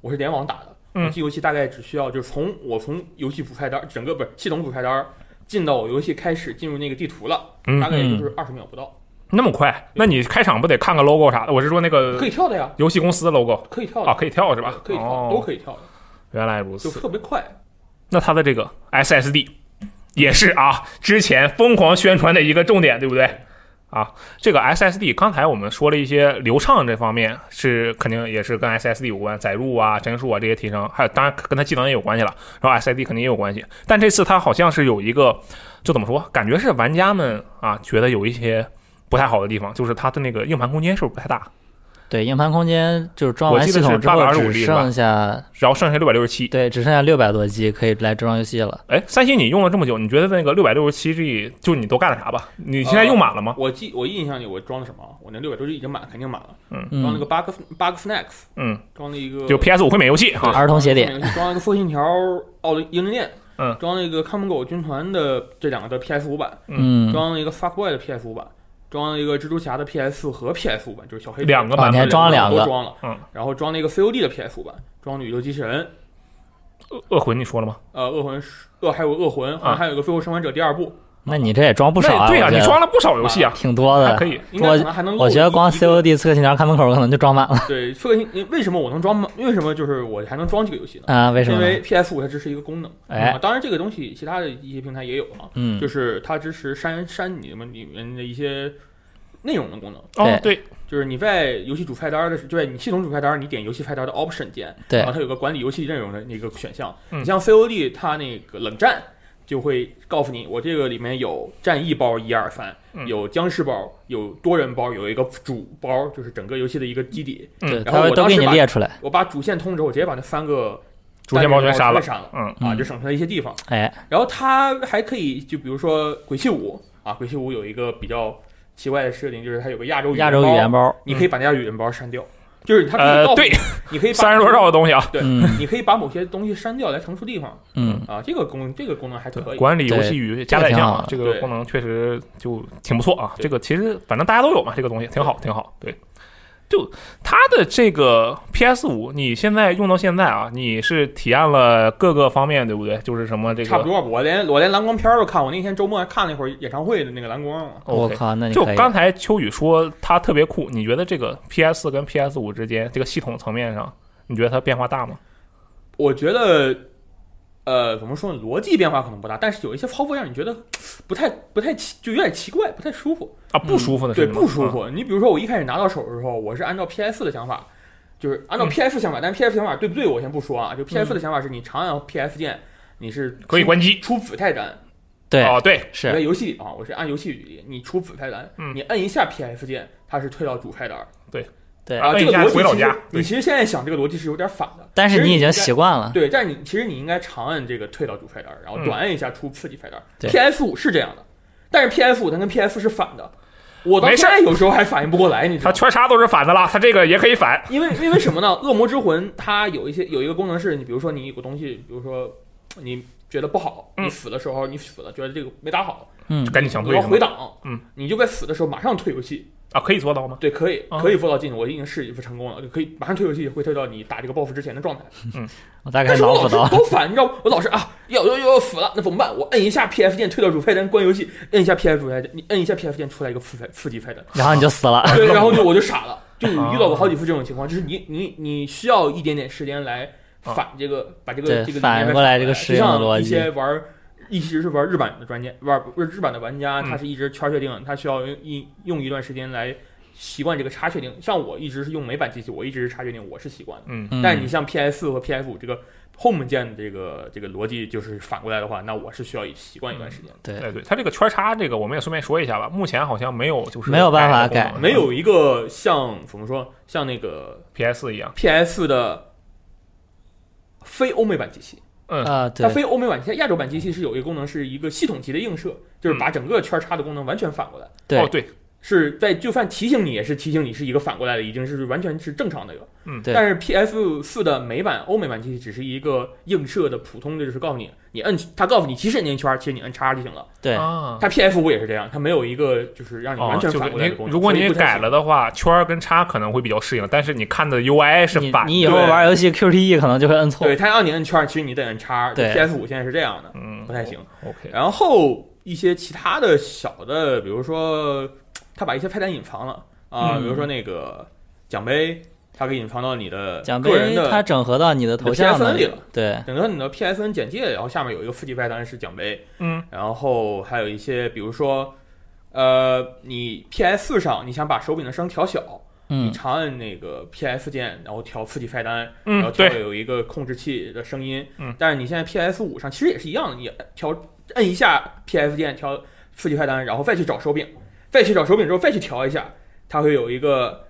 Speaker 4: 我是联网打的。
Speaker 2: 嗯
Speaker 4: 我进游戏大概只需要，就是从我从游戏主菜单整个不是系统主菜单进到我游戏开始进入那个地图了，
Speaker 2: 嗯
Speaker 4: 大概也就是二十秒不到，
Speaker 2: 那么快？那你开场不得看个 logo 啥的？我是说那
Speaker 4: 可
Speaker 2: 个
Speaker 4: 以跳的呀，
Speaker 2: 游戏公司的 logo
Speaker 4: 可以跳的
Speaker 2: 啊，可以跳是吧？
Speaker 4: 可以跳，都
Speaker 2: 哦，
Speaker 4: 可以跳的，
Speaker 2: 原来如
Speaker 4: 就
Speaker 2: 此。
Speaker 4: 特别快。
Speaker 2: 那它的这个 SSD 也是啊，之前疯狂宣传的一个重点，对不对？啊，这个 SSD 刚才我们说了一些流畅这方面是肯定也是跟 SSD 有关，载入啊、帧数啊这些提升，还有当然跟它技能也有关系了，然后 SSD 肯定也有关系。但这次它好像是有一个，就怎么说，感觉是玩家们啊觉得有一些不太好的地方，就是它的那个硬盘空间是不是不太大？
Speaker 3: 对，硬盘空间就是装
Speaker 2: 我
Speaker 3: 完
Speaker 2: 记
Speaker 3: 系
Speaker 2: 得是
Speaker 3: 统之后
Speaker 2: 825
Speaker 3: 只
Speaker 2: 粒吧
Speaker 3: 剩下
Speaker 2: 然后剩下六百六十七，
Speaker 3: 对只剩下六百多 G 可以来装游戏了。
Speaker 2: 哎，三星你用了这么久，你觉得那个六百六十七 G 就你都干了啥吧？你现在用满了吗？
Speaker 4: 我记我印象里我装了什么？我那六百多 G 已经满，肯定满了。装
Speaker 3: 嗯
Speaker 4: 了个 bug bug snacks，
Speaker 2: 嗯，
Speaker 4: 装了一个
Speaker 2: 就 PS 五会免游戏
Speaker 4: 呃
Speaker 2: 哈。
Speaker 3: 儿童鞋垫，
Speaker 4: 装了个《复信条》奥林英灵殿，
Speaker 2: 嗯
Speaker 4: 装了一个《看门狗军团》的这两个的 PS 五版，
Speaker 3: 嗯，
Speaker 4: 装了一个 Fuckboy 的 PS 五版，装了一个蜘蛛侠的 PS 四和 PS 五版，就是小黑
Speaker 2: 两个
Speaker 3: 哦
Speaker 2: 版
Speaker 3: 你
Speaker 2: 本
Speaker 3: 还，装了两
Speaker 4: 都
Speaker 3: 个
Speaker 4: 装了，
Speaker 2: 嗯，
Speaker 4: 然后装了一个 COD 的 PS 五版，装了宇宙机器人，
Speaker 2: 恶恶魂你说了吗？
Speaker 4: 呃，恶魂是恶还有恶魂，好
Speaker 2: 啊
Speaker 4: 像还有一个《最后生还者》第二部，
Speaker 3: 那你这也装不少
Speaker 2: 那
Speaker 3: 啊？
Speaker 2: 对
Speaker 3: 呀、
Speaker 2: 啊，你装了不少游戏啊，
Speaker 3: 挺
Speaker 4: 嗯
Speaker 3: 多
Speaker 2: 还
Speaker 3: 的
Speaker 2: 可。以。
Speaker 4: 应该可能还能
Speaker 3: 我觉得光
Speaker 4: 录一个
Speaker 3: COD 刺客信条看门口可能就装满了
Speaker 4: 对刺客信为什么我能装满？为什么就是我还能装几个游戏呢？
Speaker 3: 啊？为什么
Speaker 4: 因
Speaker 3: 呢？
Speaker 4: 为 PS 五它支持一个功能，
Speaker 3: 哎
Speaker 4: 啊，当然这个东西其他的一些平台也有啊，
Speaker 3: 嗯，
Speaker 4: 就是它支持删删你们里面的一些内容的功能，
Speaker 2: 哦，对，
Speaker 4: 就是你在游戏主菜单的时，就在你系统主菜单，你点游戏菜单的 Option 键，
Speaker 3: 对
Speaker 4: 然后它有个管理游戏阵容的那个选项。
Speaker 2: 嗯
Speaker 4: 你像 COD 它那个冷战就会告诉你，我这个里面有战役包一二三
Speaker 2: 嗯，
Speaker 4: 有僵尸包，有多人包，有一个主包，就是整个游戏的一个基底。
Speaker 3: 对，
Speaker 2: 嗯
Speaker 4: 然后
Speaker 3: 它会
Speaker 4: 我
Speaker 3: 都
Speaker 4: 当
Speaker 3: 给
Speaker 4: 时
Speaker 3: 你
Speaker 4: 把
Speaker 3: 列出来。
Speaker 4: 我把主线通知，我直接把那三个
Speaker 2: 逐渐包全杀
Speaker 4: 杀
Speaker 2: 了。
Speaker 4: 杀了
Speaker 2: 嗯，
Speaker 4: 啊，
Speaker 3: 嗯
Speaker 4: 就省出来一些地方。
Speaker 3: 哎，
Speaker 4: 然后它还可以，就比如说《鬼泣五》啊，《鬼泣五》有一个比较奇怪的设定，就是它有个亚洲
Speaker 3: 亚洲语言包，
Speaker 4: 你可以把那家语言包删掉，就是它可以告
Speaker 2: 嗯呃，
Speaker 4: 诉你
Speaker 2: 对，
Speaker 4: 你可以把
Speaker 2: 三十多兆的东西啊，
Speaker 4: 对
Speaker 3: 嗯
Speaker 4: 你可以把某些东西删掉来腾出地方
Speaker 3: 嗯，
Speaker 4: 啊，这个功这个功能还可以。
Speaker 2: 管理游戏与加载项啊，这
Speaker 4: 个挺好的
Speaker 2: 个功能确实就挺不错啊。
Speaker 4: 对
Speaker 2: 这个其实反正大家都有嘛，这个东西挺好，挺好。对，就它的这个 PS 五，你现在用到现在啊，你是体验了各个方面，对不对？就是什么这个
Speaker 4: 差不多吧，我连我连蓝光片儿都看，我那天周末还看了一会儿演唱会的那个蓝光啊嘛。
Speaker 3: 我
Speaker 2: OK
Speaker 3: 靠，那你
Speaker 2: 就
Speaker 3: 可以。
Speaker 2: 刚才秋雨说它特别酷，你觉得这个 PS 跟 PS 五之间这个系统层面上，你觉得它变化大吗？
Speaker 4: 我觉得，呃，怎么说呢，逻辑变化可能不大，但是有一些操作让你觉得不太不太奇，就有点奇怪，不太舒服。
Speaker 2: 啊，不舒服的是
Speaker 4: 嗯
Speaker 2: 嗯啊
Speaker 4: 对，
Speaker 2: 吗
Speaker 4: 不舒。服。你比如说，我一开始拿到手的时候，我是按照 PS 的想法，就是按照
Speaker 2: 嗯
Speaker 4: PS 想法，但 PS 想法对不对，我先不说啊。就 PS 的想法是你长按 PS 键，你是
Speaker 2: 可以关机
Speaker 4: 出子菜单，
Speaker 3: 对，
Speaker 2: 哦，对，
Speaker 4: 我在
Speaker 3: 是
Speaker 4: 游戏里啊，我是按游戏举例，你出子菜单，
Speaker 2: 嗯
Speaker 4: 你摁一下 PS 键，它是退到主菜单。
Speaker 3: 对
Speaker 4: 啊，
Speaker 2: 摁
Speaker 4: 这
Speaker 2: 一
Speaker 4: 个
Speaker 2: 下
Speaker 4: 逻辑
Speaker 2: 回老
Speaker 4: 其实
Speaker 2: 家对
Speaker 4: 你其实现在想这个逻辑是有点反的，
Speaker 3: 但
Speaker 4: 其
Speaker 3: 是
Speaker 4: 实
Speaker 3: 你已经
Speaker 4: 应该
Speaker 3: 习惯 了。
Speaker 4: 对，但你其实你应该长按这个退到主菜单，
Speaker 2: 嗯
Speaker 4: 然后短按一下出刺激菜单。
Speaker 3: 对
Speaker 4: PS 五是这样的，但是 PS 五它跟 PS 是反的，我到
Speaker 2: 没
Speaker 4: 现
Speaker 2: 事儿
Speaker 4: 在有时候还反应不过来，你知道
Speaker 2: 它
Speaker 4: 吗？
Speaker 2: 圈啥都是反的啦，它这个也可以反。
Speaker 4: 因为因为什么呢？恶魔之魂它有一些有一个功能是，你比如说你有个东西，比如说你觉得不好，
Speaker 2: 嗯
Speaker 4: 你死的时候你死了，觉得这个没打好，
Speaker 3: 嗯，
Speaker 2: 赶紧想
Speaker 4: 你
Speaker 2: 退
Speaker 4: 要
Speaker 2: 是吗
Speaker 4: 回档，
Speaker 2: 嗯，
Speaker 4: 你就在死的时候马上退游戏，
Speaker 2: 啊，可以做到吗？
Speaker 4: 对，可以
Speaker 2: 啊
Speaker 4: 可以做到进，我已经试一次成功了，就可以马上退游戏，会退到你打这个 BOSS 之前的状态。
Speaker 3: 我大概
Speaker 4: 但是我
Speaker 3: 脑补
Speaker 4: 老是
Speaker 3: 到。
Speaker 4: 搞反，你知道吗，我老是啊，要要要死了，那怎么办？我摁一下 PS 键退到主菜单关游戏，摁一下 PS 主菜单，你摁一下 PS 键出来一个刺菜刺激菜单，
Speaker 3: 然后你就死了。
Speaker 4: 对，然后就我就傻了，就我遇
Speaker 3: 啊
Speaker 4: 到过好几次这种情况，就是你你你需要一点点时间来反这个，把这
Speaker 3: 啊对
Speaker 4: 个这个
Speaker 3: 反
Speaker 4: 里面
Speaker 3: 过来
Speaker 4: 反
Speaker 3: 这个适应的
Speaker 4: 就像
Speaker 3: 逻
Speaker 4: 一
Speaker 3: 辑
Speaker 4: 些玩儿一直是玩日版的专家，玩不是日版的玩家，
Speaker 3: 嗯
Speaker 4: 他是一直圈确定，他需要用一用一段时间来习惯这个叉确定。像我一直是用美版机器，我一直是叉确定，我是习惯的。
Speaker 2: 嗯，
Speaker 3: 嗯
Speaker 4: 但是你像 PS 4和 PS 5这个 Home 键的这个这个逻辑，就是反过来的话，那我是需要习惯一段时间。
Speaker 2: 哎，对，它这个圈叉这个，我们也顺便说一下吧。目前好像没有，就是
Speaker 3: 没有办法
Speaker 2: 的功能
Speaker 3: 改
Speaker 2: 是吧
Speaker 4: 没有一个像怎么说，像那个
Speaker 2: PS 一样，
Speaker 4: PS 4的非欧美版机器，
Speaker 3: 啊，
Speaker 4: 它
Speaker 3: 对，
Speaker 4: 非欧美版机器、亚洲版机器是有一个功能，是一个系统级的映射，就是把整个圈叉的功能完全反过来，
Speaker 3: 对
Speaker 2: 哦，对，
Speaker 4: 是在就算提醒你，也是提醒你是一个反过来的，已经是完全是正常的一个。
Speaker 2: 嗯
Speaker 3: 对
Speaker 4: 但是 PS 四的美版、欧美版机器只是一个映射的普通的，就是告诉你，你摁它告诉你，其实你摁圈，其实你摁叉就行了。
Speaker 3: 对，
Speaker 2: 啊，
Speaker 4: 它 PS 五也是这样，它没有一个就是让你
Speaker 2: 哦
Speaker 4: 完
Speaker 2: 就
Speaker 4: 全
Speaker 2: 是
Speaker 4: 反过来的功
Speaker 2: 你
Speaker 4: 能。
Speaker 2: 如果
Speaker 4: 所以
Speaker 2: 你
Speaker 4: 不太
Speaker 2: 改
Speaker 4: 行
Speaker 2: 了的话，圈儿跟叉可能会比较适应，但是你看的 UI 是
Speaker 3: 你
Speaker 2: 反的。
Speaker 3: 你以后玩游戏 QTE 可能就会摁错。
Speaker 4: 对，它让你摁圈，其实你得摁叉。
Speaker 3: 对
Speaker 4: ，PS 五现在是这样的，
Speaker 2: 嗯，
Speaker 4: 不太行。
Speaker 2: OK，
Speaker 4: 然后一些其他的小的，比如说它把一些菜单隐藏了啊，
Speaker 3: 嗯
Speaker 4: 比如说那个奖杯，它给隐藏到你的
Speaker 3: 奖
Speaker 4: 个人
Speaker 3: 杯它
Speaker 4: 的
Speaker 3: 整合到你的头像那
Speaker 4: 你的 PSN 里了
Speaker 3: 对，
Speaker 4: 整个你的 PSN 简介，然后下面有一个副级菜单是奖杯，
Speaker 2: 嗯，
Speaker 4: 然后还有一些比如说呃，你 PS 上你想把手柄的声调小，你
Speaker 3: 嗯
Speaker 4: 长按那个 PS 键，然后调刺激菜单，然后
Speaker 2: 嗯，
Speaker 4: 调
Speaker 2: 对，
Speaker 4: 有一个控制器的声音。
Speaker 2: 嗯
Speaker 4: 但是你现在 PS 五上其实也是一样的，你调摁一下 PS 键调刺激菜单，然后再去找手柄，再去找手柄之后再去调一下，它会有一个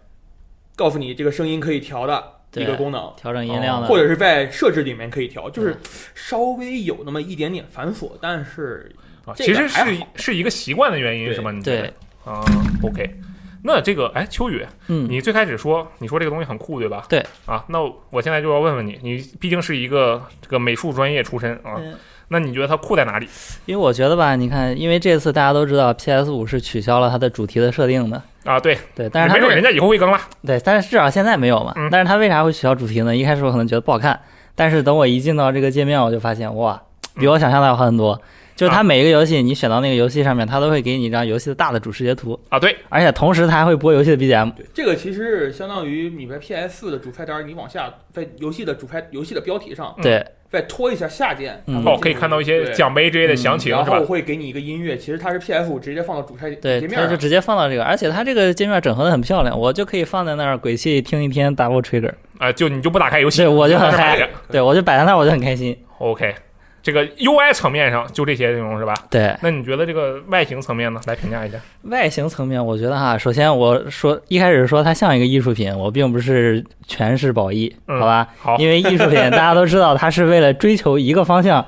Speaker 4: 告诉你这个声音可以调的一个
Speaker 3: 对
Speaker 4: 功能。
Speaker 3: 调整音量的，
Speaker 4: 哦或者是在设置里面可以
Speaker 3: 嗯
Speaker 4: 调，就是稍微有那么一点点繁琐，但是
Speaker 2: 啊，
Speaker 4: 这
Speaker 2: 其
Speaker 4: 个
Speaker 2: 实
Speaker 4: 还
Speaker 2: 是
Speaker 4: 好
Speaker 2: 是一个习惯的原因，
Speaker 4: 对
Speaker 2: 是吧？你觉得
Speaker 3: 对，
Speaker 2: 啊，OK。那这个，哎，秋雨，
Speaker 3: 嗯，
Speaker 2: 你最开始说你说这个东西很酷，对吧？
Speaker 3: 对
Speaker 2: 啊，那我现在就要问问你，你毕竟是一个这个美术专业出身啊，
Speaker 3: 嗯
Speaker 2: 那你觉得它酷在哪里？
Speaker 3: 因为我觉得吧，你看，因为这次大家都知道 PS 五是取消了它的主题的设定的，
Speaker 2: 啊，对，
Speaker 3: 对，但是
Speaker 2: 没
Speaker 3: 它
Speaker 2: 准
Speaker 3: 为
Speaker 2: 人家以后会更了。
Speaker 3: 对，但是至少现在没有嘛。
Speaker 2: 嗯
Speaker 3: 但是它为啥会取消主题呢？一开始我可能觉得不好看，但是等我一进到这个界面，我就发现哇，比我想象的要好很多。就是
Speaker 4: 啊
Speaker 3: 它每一个游戏，你选到那个游戏上面，它都会给你一张游戏的大的主视觉图，
Speaker 2: 啊，对，
Speaker 3: 而且同时它还会播游戏的 BGM。
Speaker 4: 对，这个其实相当于你在 PS 的主菜单，你往下在游戏的主菜游戏的标题上
Speaker 2: 嗯
Speaker 3: 对，
Speaker 4: 再拖一下下键，
Speaker 3: 嗯
Speaker 2: 哦，可以看到一些
Speaker 4: 讲，
Speaker 2: 奖杯之类的详情，
Speaker 4: 然
Speaker 2: 是吧
Speaker 4: 后？会给你一个音乐，其实它是 PS 五直接放到主菜
Speaker 3: 对，
Speaker 4: 界面
Speaker 2: 啊
Speaker 3: 它就
Speaker 4: 上。
Speaker 3: 直接放到这个，而且它这个界面整合的很漂亮，我就可以放在那儿鬼泣听一天 Double Trigger，
Speaker 2: 啊，就你就不打开游戏
Speaker 3: 对，，我就很
Speaker 2: 在那儿摆
Speaker 3: 嗨
Speaker 2: 着，
Speaker 3: 对我就摆在那儿我就很开心。
Speaker 2: OK，这个 UI 层面上就这些内容是吧？
Speaker 3: 对
Speaker 2: 那你觉得这个外形层面呢？来评价一下。
Speaker 3: 外形层面，我觉得哈，首先我说一开始说它像一个艺术品，我并不是全是褒义，
Speaker 2: 嗯
Speaker 3: 好吧？
Speaker 2: 好，
Speaker 3: 因为艺术品大家都知道，它是为了追求一个方向，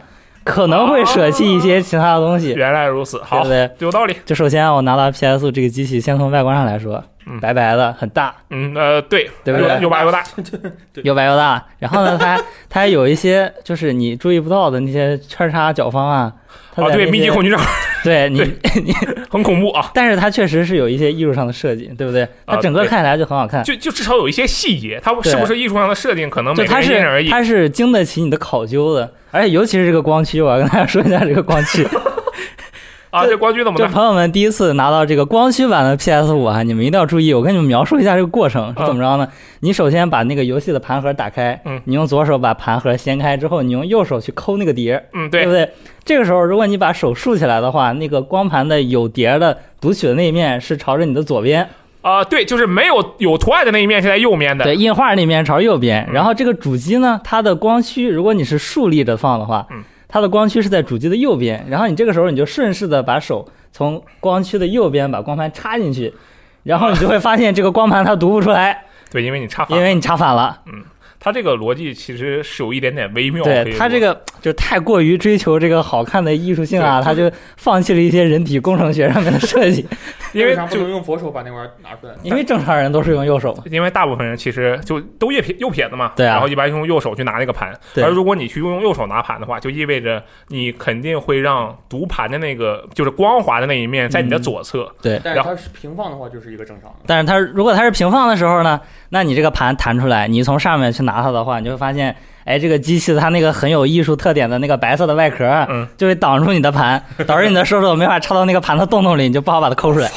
Speaker 3: 可能会舍弃一些其他的东西，
Speaker 2: 原来如此，
Speaker 3: 对
Speaker 2: 好
Speaker 3: 不，对？
Speaker 2: 有道理。
Speaker 3: 就首先啊我拿到 PS 这个机器，先从外观上来说
Speaker 2: 嗯，
Speaker 3: 白白的，很大，
Speaker 2: 嗯，呃，对，
Speaker 3: 对不
Speaker 2: 又
Speaker 3: 对？
Speaker 2: 又拔又大，
Speaker 3: 又白又大。然后呢，它它还有一些就是你注意不到的那些圈叉角方啊，它
Speaker 2: 啊，
Speaker 3: 在
Speaker 2: 对，
Speaker 3: 那
Speaker 2: 密集
Speaker 3: 些
Speaker 2: 恐惧症
Speaker 3: 对你
Speaker 2: 对很恐怖啊，
Speaker 3: 但是它确实是有一些艺术上的设计，对不对？它整个
Speaker 2: 对
Speaker 3: 看起来就很好看。
Speaker 2: 就就至少有一些细节，它
Speaker 3: 对
Speaker 2: 是不是艺术上的设定，可能
Speaker 3: 就
Speaker 2: 每个
Speaker 3: 它
Speaker 2: 人因人而
Speaker 3: 是
Speaker 2: 异。
Speaker 3: 它是经得起你的考究的，而且尤其是这个光驱，我要跟大家说一下这个光 驱。
Speaker 2: 啊，
Speaker 3: 这
Speaker 2: 这光驱怎么
Speaker 3: 就
Speaker 2: 的？
Speaker 3: 朋友们第一次拿到这个光驱版的 PS 五啊，你们一定要注意，我跟你们描述一下这个过程是怎么着呢？你首先把那个游戏的盘盒打开，
Speaker 2: 嗯
Speaker 3: 你用左手把盘盒掀开之后，你用右手去抠那个碟儿，
Speaker 2: 嗯，
Speaker 3: 对
Speaker 2: 对
Speaker 3: 不，对？这个时候，如果你把手竖起来的话，那个光盘的有碟儿的读取的那一面是朝着你的左边，
Speaker 2: 啊，对，就是没有有图案的那一面是在右面的，
Speaker 3: 对，印画那面朝右边，
Speaker 2: 嗯
Speaker 3: 然后这个主机呢，它的光驱，如果你是竖立着放的话
Speaker 2: 嗯，
Speaker 3: 它的光驱是在主机的右边，然后你这个时候你就顺势的把手从光驱的右边把光盘插进去，然后你就会发现这个光盘它读不出来，
Speaker 2: 对，因为你插反
Speaker 3: 因
Speaker 2: 了，
Speaker 3: 为你插 反了。
Speaker 2: 它这个逻辑其实是有一点点微妙。可以
Speaker 3: 对，
Speaker 2: 说
Speaker 3: 它这个就太过于追求这个好看的艺术性啊，
Speaker 2: 对
Speaker 3: 它就放弃了一些人体工程学上面的设计，
Speaker 2: 因为
Speaker 4: 啥不
Speaker 2: 就
Speaker 4: 能用左手把那玩意儿拿出来？
Speaker 3: 因为正常人都是用右手嘛。
Speaker 2: 因为大部分人其实就都右撇右撇子嘛，
Speaker 3: 对啊
Speaker 2: 然后一般用右手去拿那个盘，
Speaker 3: 对
Speaker 2: 而如果你去用右手拿盘的话，就意味着你肯定会让读盘的那个就是光滑的那一面在你
Speaker 3: 嗯
Speaker 2: 的左侧，
Speaker 4: 但是
Speaker 2: 然后
Speaker 4: 它是平放的话，就是一个正常的。
Speaker 3: 但是它如果它是平放的时候呢，那你这个盘弹出来，你从上面去拿它的话，你就会发现，哎，这个机器它那个很有艺术特点的那个白色的外壳，啊
Speaker 2: 嗯，
Speaker 3: 就会挡住你 的盘，导致你的手手没法插到那个盘的洞洞里，你就不好把它抠出来。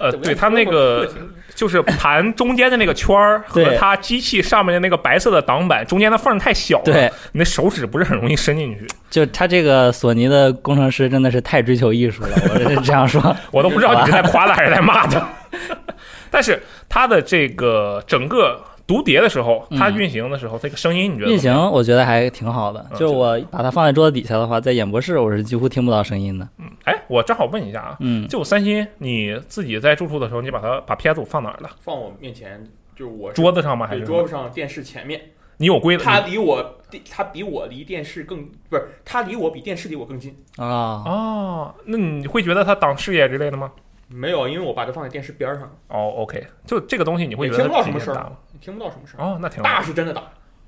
Speaker 2: 呃，
Speaker 4: 怎么
Speaker 2: 对
Speaker 4: 样
Speaker 2: 它那个。就是盘中间的那个圈 儿和
Speaker 3: 对
Speaker 2: 它机器上面的那个白色的挡板中间的缝儿太小了，
Speaker 3: 对，
Speaker 2: 你的手指不是很容易伸进去。
Speaker 3: 就它这个索尼的工程师真的是太追求艺术了，我是这样说。
Speaker 2: 我都不知道你是在夸他还是在骂 他。但是它的这个整个读碟的时候，它
Speaker 3: 嗯
Speaker 2: 运行的时候，这个声音你觉得
Speaker 3: 运行我觉得还挺好的，
Speaker 2: 嗯
Speaker 3: 就是我把它放在桌子底下的话，在演播室我是几乎听不到声音的。
Speaker 2: 哎，我正好问一下啊，
Speaker 3: 嗯，
Speaker 2: 就三星，你自己在住处的时候，你把它把 PS 五放哪儿了？
Speaker 4: 放我面前，就是我
Speaker 2: 桌子上吗？还
Speaker 4: 对
Speaker 2: 是
Speaker 4: 桌子上电视前面，
Speaker 2: 你有规则
Speaker 4: 它
Speaker 2: 你
Speaker 4: 离我它比我离电视更不是，它离我比电视离我更近。
Speaker 3: 啊、
Speaker 2: 哦？那你会觉得它挡视野之类的吗？
Speaker 4: 没有，因为我把它放在电视边儿上，
Speaker 2: 哦，OK，就这个东西你会觉
Speaker 4: 也
Speaker 2: 得
Speaker 4: 听不到
Speaker 2: 体积很
Speaker 4: 什么声儿
Speaker 2: 大吗？
Speaker 4: 听不到什么声儿。
Speaker 2: 哦，那挺
Speaker 4: 大
Speaker 2: 好，
Speaker 4: 是真的大，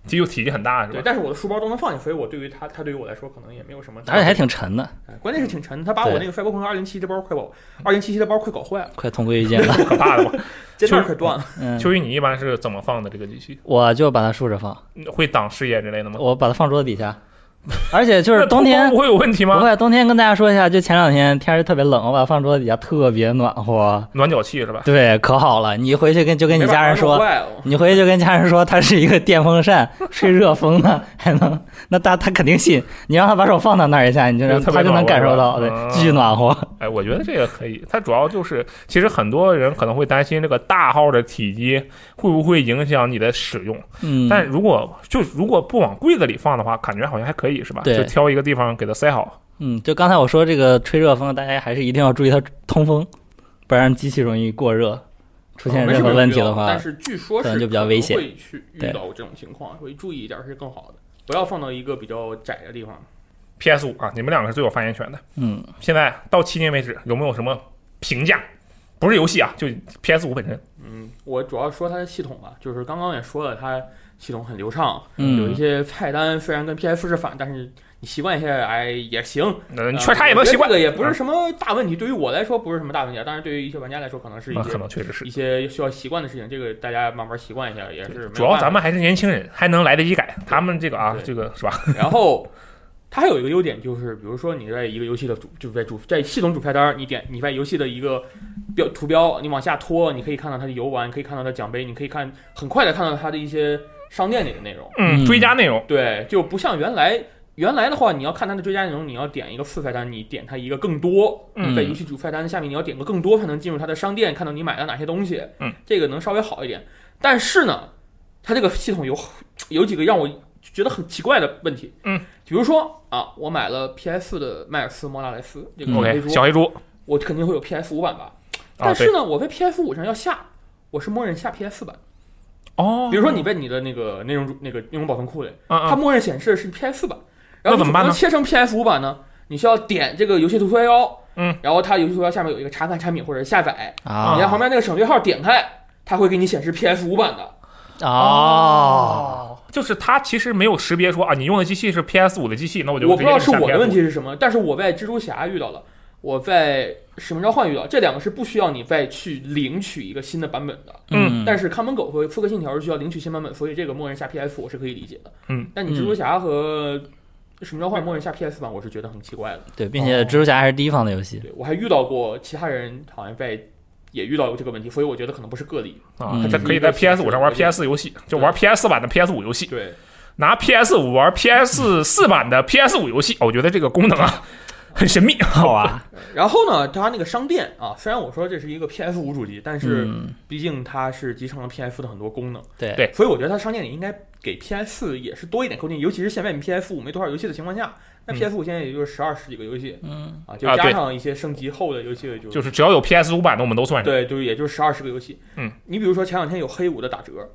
Speaker 2: 就就体积很大是
Speaker 4: 对，
Speaker 2: 吧？
Speaker 4: 但是我的书包都能放进，所以我对于它，它对于我来说可能也没有什么。
Speaker 3: 而且还挺沉的，
Speaker 4: 哎，关键是挺沉的，它把
Speaker 3: 对
Speaker 4: 我那个赛博朋克二零七这包快搞，二零七七的包快搞坏了，
Speaker 3: 快同归于 尽了。
Speaker 2: 可大的嘛。
Speaker 4: 肩带快断了。
Speaker 3: 嗯，
Speaker 2: 秋雨，你一般是怎么放的这个机器？嗯
Speaker 3: 我就把它竖着放，
Speaker 2: 会挡视野之类的吗？
Speaker 3: 我把它放桌子底下。而且就是
Speaker 2: 那
Speaker 3: 冬天
Speaker 2: 嗯 不会有问题
Speaker 3: 不
Speaker 2: 吗？
Speaker 3: 会，冬天跟大家说一下，就前两天天儿特别冷，我把它放桌子底下，特别暖和。
Speaker 2: 暖脚器是吧？
Speaker 3: 对，可好了，你回去跟就跟你家人说， 你回去就跟家人说，它是一个电风扇， 吹热风的，还能那他他肯定信。你让他把手放到那儿一下，你就 让
Speaker 2: 就特
Speaker 3: 他
Speaker 2: 别
Speaker 3: 就能感受
Speaker 2: 暖和
Speaker 3: 到，对
Speaker 2: 是吧，
Speaker 3: 巨暖和。
Speaker 2: 哎，我觉得这个可以。它主要就是，其实很多人可能会担心这个大号的体积会不会影响你的使用。
Speaker 3: 嗯，
Speaker 2: 但如果就如果不往柜子里放的话，感觉好像还可以，是吧？
Speaker 3: 对
Speaker 2: 就挑一个地方给它塞好。
Speaker 3: 嗯，就刚才我说这个吹热风，大家还是一定要注意它通风，不然机器容易过热，出
Speaker 2: 哦
Speaker 3: 现任何问题的话
Speaker 4: 但，是据说
Speaker 3: 可
Speaker 4: 是
Speaker 3: 能就比较危险
Speaker 4: 可能会去遇到这种情况，会注意一点是更好的，不要放到一个比较窄的地方。
Speaker 2: PS 五啊，你们两个是最有发言权的。
Speaker 3: 嗯，
Speaker 2: 现在到迄今为止，有没有什么评价？不是游戏啊，就 PS 五本身。
Speaker 4: 嗯，我主要说它的系统吧，就是刚刚也说了，它系统很流畅，
Speaker 3: 嗯
Speaker 4: 有一些菜单虽然跟 PS 是反，但是你习惯一下哎也行，
Speaker 2: 那你
Speaker 4: 呃
Speaker 2: 缺啥也
Speaker 4: 我
Speaker 2: 能
Speaker 4: 觉得
Speaker 2: 习惯，啊
Speaker 4: 这个也不是什么大问题。对于我来说不是什么大问题，但啊是对于一些玩家来说，可能是一
Speaker 2: 那可
Speaker 4: 些
Speaker 2: 能确实是
Speaker 4: 一。些需要习惯的事情。这个大家慢慢习惯一下也是没有
Speaker 2: 主要
Speaker 4: 办法
Speaker 2: 咱们还是年轻人，还能来得及改。他们这个啊
Speaker 4: 对，
Speaker 2: 这个是吧？
Speaker 4: 然后它还有一个优点就是，比如说你在一个游戏的主就在主在系统主菜单儿，你点你在游戏的一个标图标，你往下拖，你可以看到它的游玩，可以看到它的奖杯，你可以看很快的看到它的一些商店里的内容。
Speaker 2: 嗯，
Speaker 3: 嗯
Speaker 2: 追加内容。
Speaker 4: 对，就不像原来。原来的话，你要看它的追加内容，你要点一个副菜单，你点它一个更多，
Speaker 2: 嗯
Speaker 4: 在游戏主菜单下面，你要点个更多才能进入它的商店，看到你买了哪些东西。
Speaker 2: 嗯，
Speaker 4: 这个能稍微好一点。但是呢，它这个系统有有几个让我觉得很奇怪的问题。
Speaker 2: 嗯，
Speaker 4: 比如说啊，我买了 PS 的迈尔斯莫拉雷斯这
Speaker 3: 嗯
Speaker 4: 个黑
Speaker 2: OK，
Speaker 4: 猪，
Speaker 2: 小黑猪
Speaker 4: 我肯定会有 PS 五版吧？
Speaker 2: 啊，
Speaker 4: 但
Speaker 2: 对
Speaker 4: 是呢，我在 PS 五上要下，我是默认下 PS 版。
Speaker 2: 哦
Speaker 4: 比如说你在你的那个内容主那个内容保存库里，
Speaker 2: 嗯
Speaker 4: 它
Speaker 2: 嗯，
Speaker 4: 默认显示的是 PS 版，然
Speaker 2: 那
Speaker 4: 后
Speaker 2: 怎么办呢
Speaker 4: 你切成 PS 五版呢？你需要点这个游戏图标幺，
Speaker 2: 嗯，
Speaker 4: 然后它游戏图标下面有一个查看产品或者下载，
Speaker 3: 啊，
Speaker 4: 你在旁边那个省略号点开，它会给你显示 PS 五版的。
Speaker 3: 哦，
Speaker 2: 就是它其实没有识别说啊，你用的机器是 PS 五的机器，那我就
Speaker 4: 我不知道
Speaker 2: 直接
Speaker 4: 是
Speaker 2: 给你
Speaker 4: 我
Speaker 2: 下
Speaker 4: 的
Speaker 2: PS5
Speaker 4: 问题是什么，但是我在蜘蛛侠遇到了，我在使命召唤遇到，这两个是不需要你再去领取一个新的版本的。
Speaker 2: 嗯
Speaker 4: 但是看门狗和刺客信条是需要领取新版本，所以这个默认下 PS 我是可以理解的。
Speaker 2: 嗯，
Speaker 4: 但你蜘蛛侠和使命召唤默认下 PS 版，我是觉得很奇怪的。
Speaker 3: 对，并且蜘蛛侠还是第一方的游戏，
Speaker 4: 对我还遇到过其他人好像在也遇到过这个问题，所以我觉得可能不是个例。
Speaker 2: 啊，
Speaker 3: 嗯
Speaker 2: 它可以在 PS 五上玩 PS 游戏，就玩 PS 版的 PS 五游戏，
Speaker 4: 对，
Speaker 2: 拿 PS 五玩 PS 四版的 PS 五游戏，我觉得这个功能啊很神秘，
Speaker 3: 好啊，
Speaker 4: 然后呢，它那个商店啊，虽然我说这是一个 PS 五主机，但是
Speaker 3: 嗯，
Speaker 4: 毕竟它是集成了 PS 的很多功能，
Speaker 3: 对
Speaker 2: 对
Speaker 4: 所以我觉得它商店里应该给 PS 也是多一点空间，尤其是现在你 PS 五没多少游戏的情况下，
Speaker 2: 嗯
Speaker 4: 那 PS 五现在也就是十二十几个游戏
Speaker 3: 嗯
Speaker 4: 啊，就
Speaker 2: 啊
Speaker 4: 加
Speaker 2: 对
Speaker 4: 上一些升级后的游戏就
Speaker 2: 就是只要有 PS 五版的我们都算上。
Speaker 4: 对，就是也就是十二十个游戏。
Speaker 2: 嗯，
Speaker 4: 你比如说前两天有黑五的打折，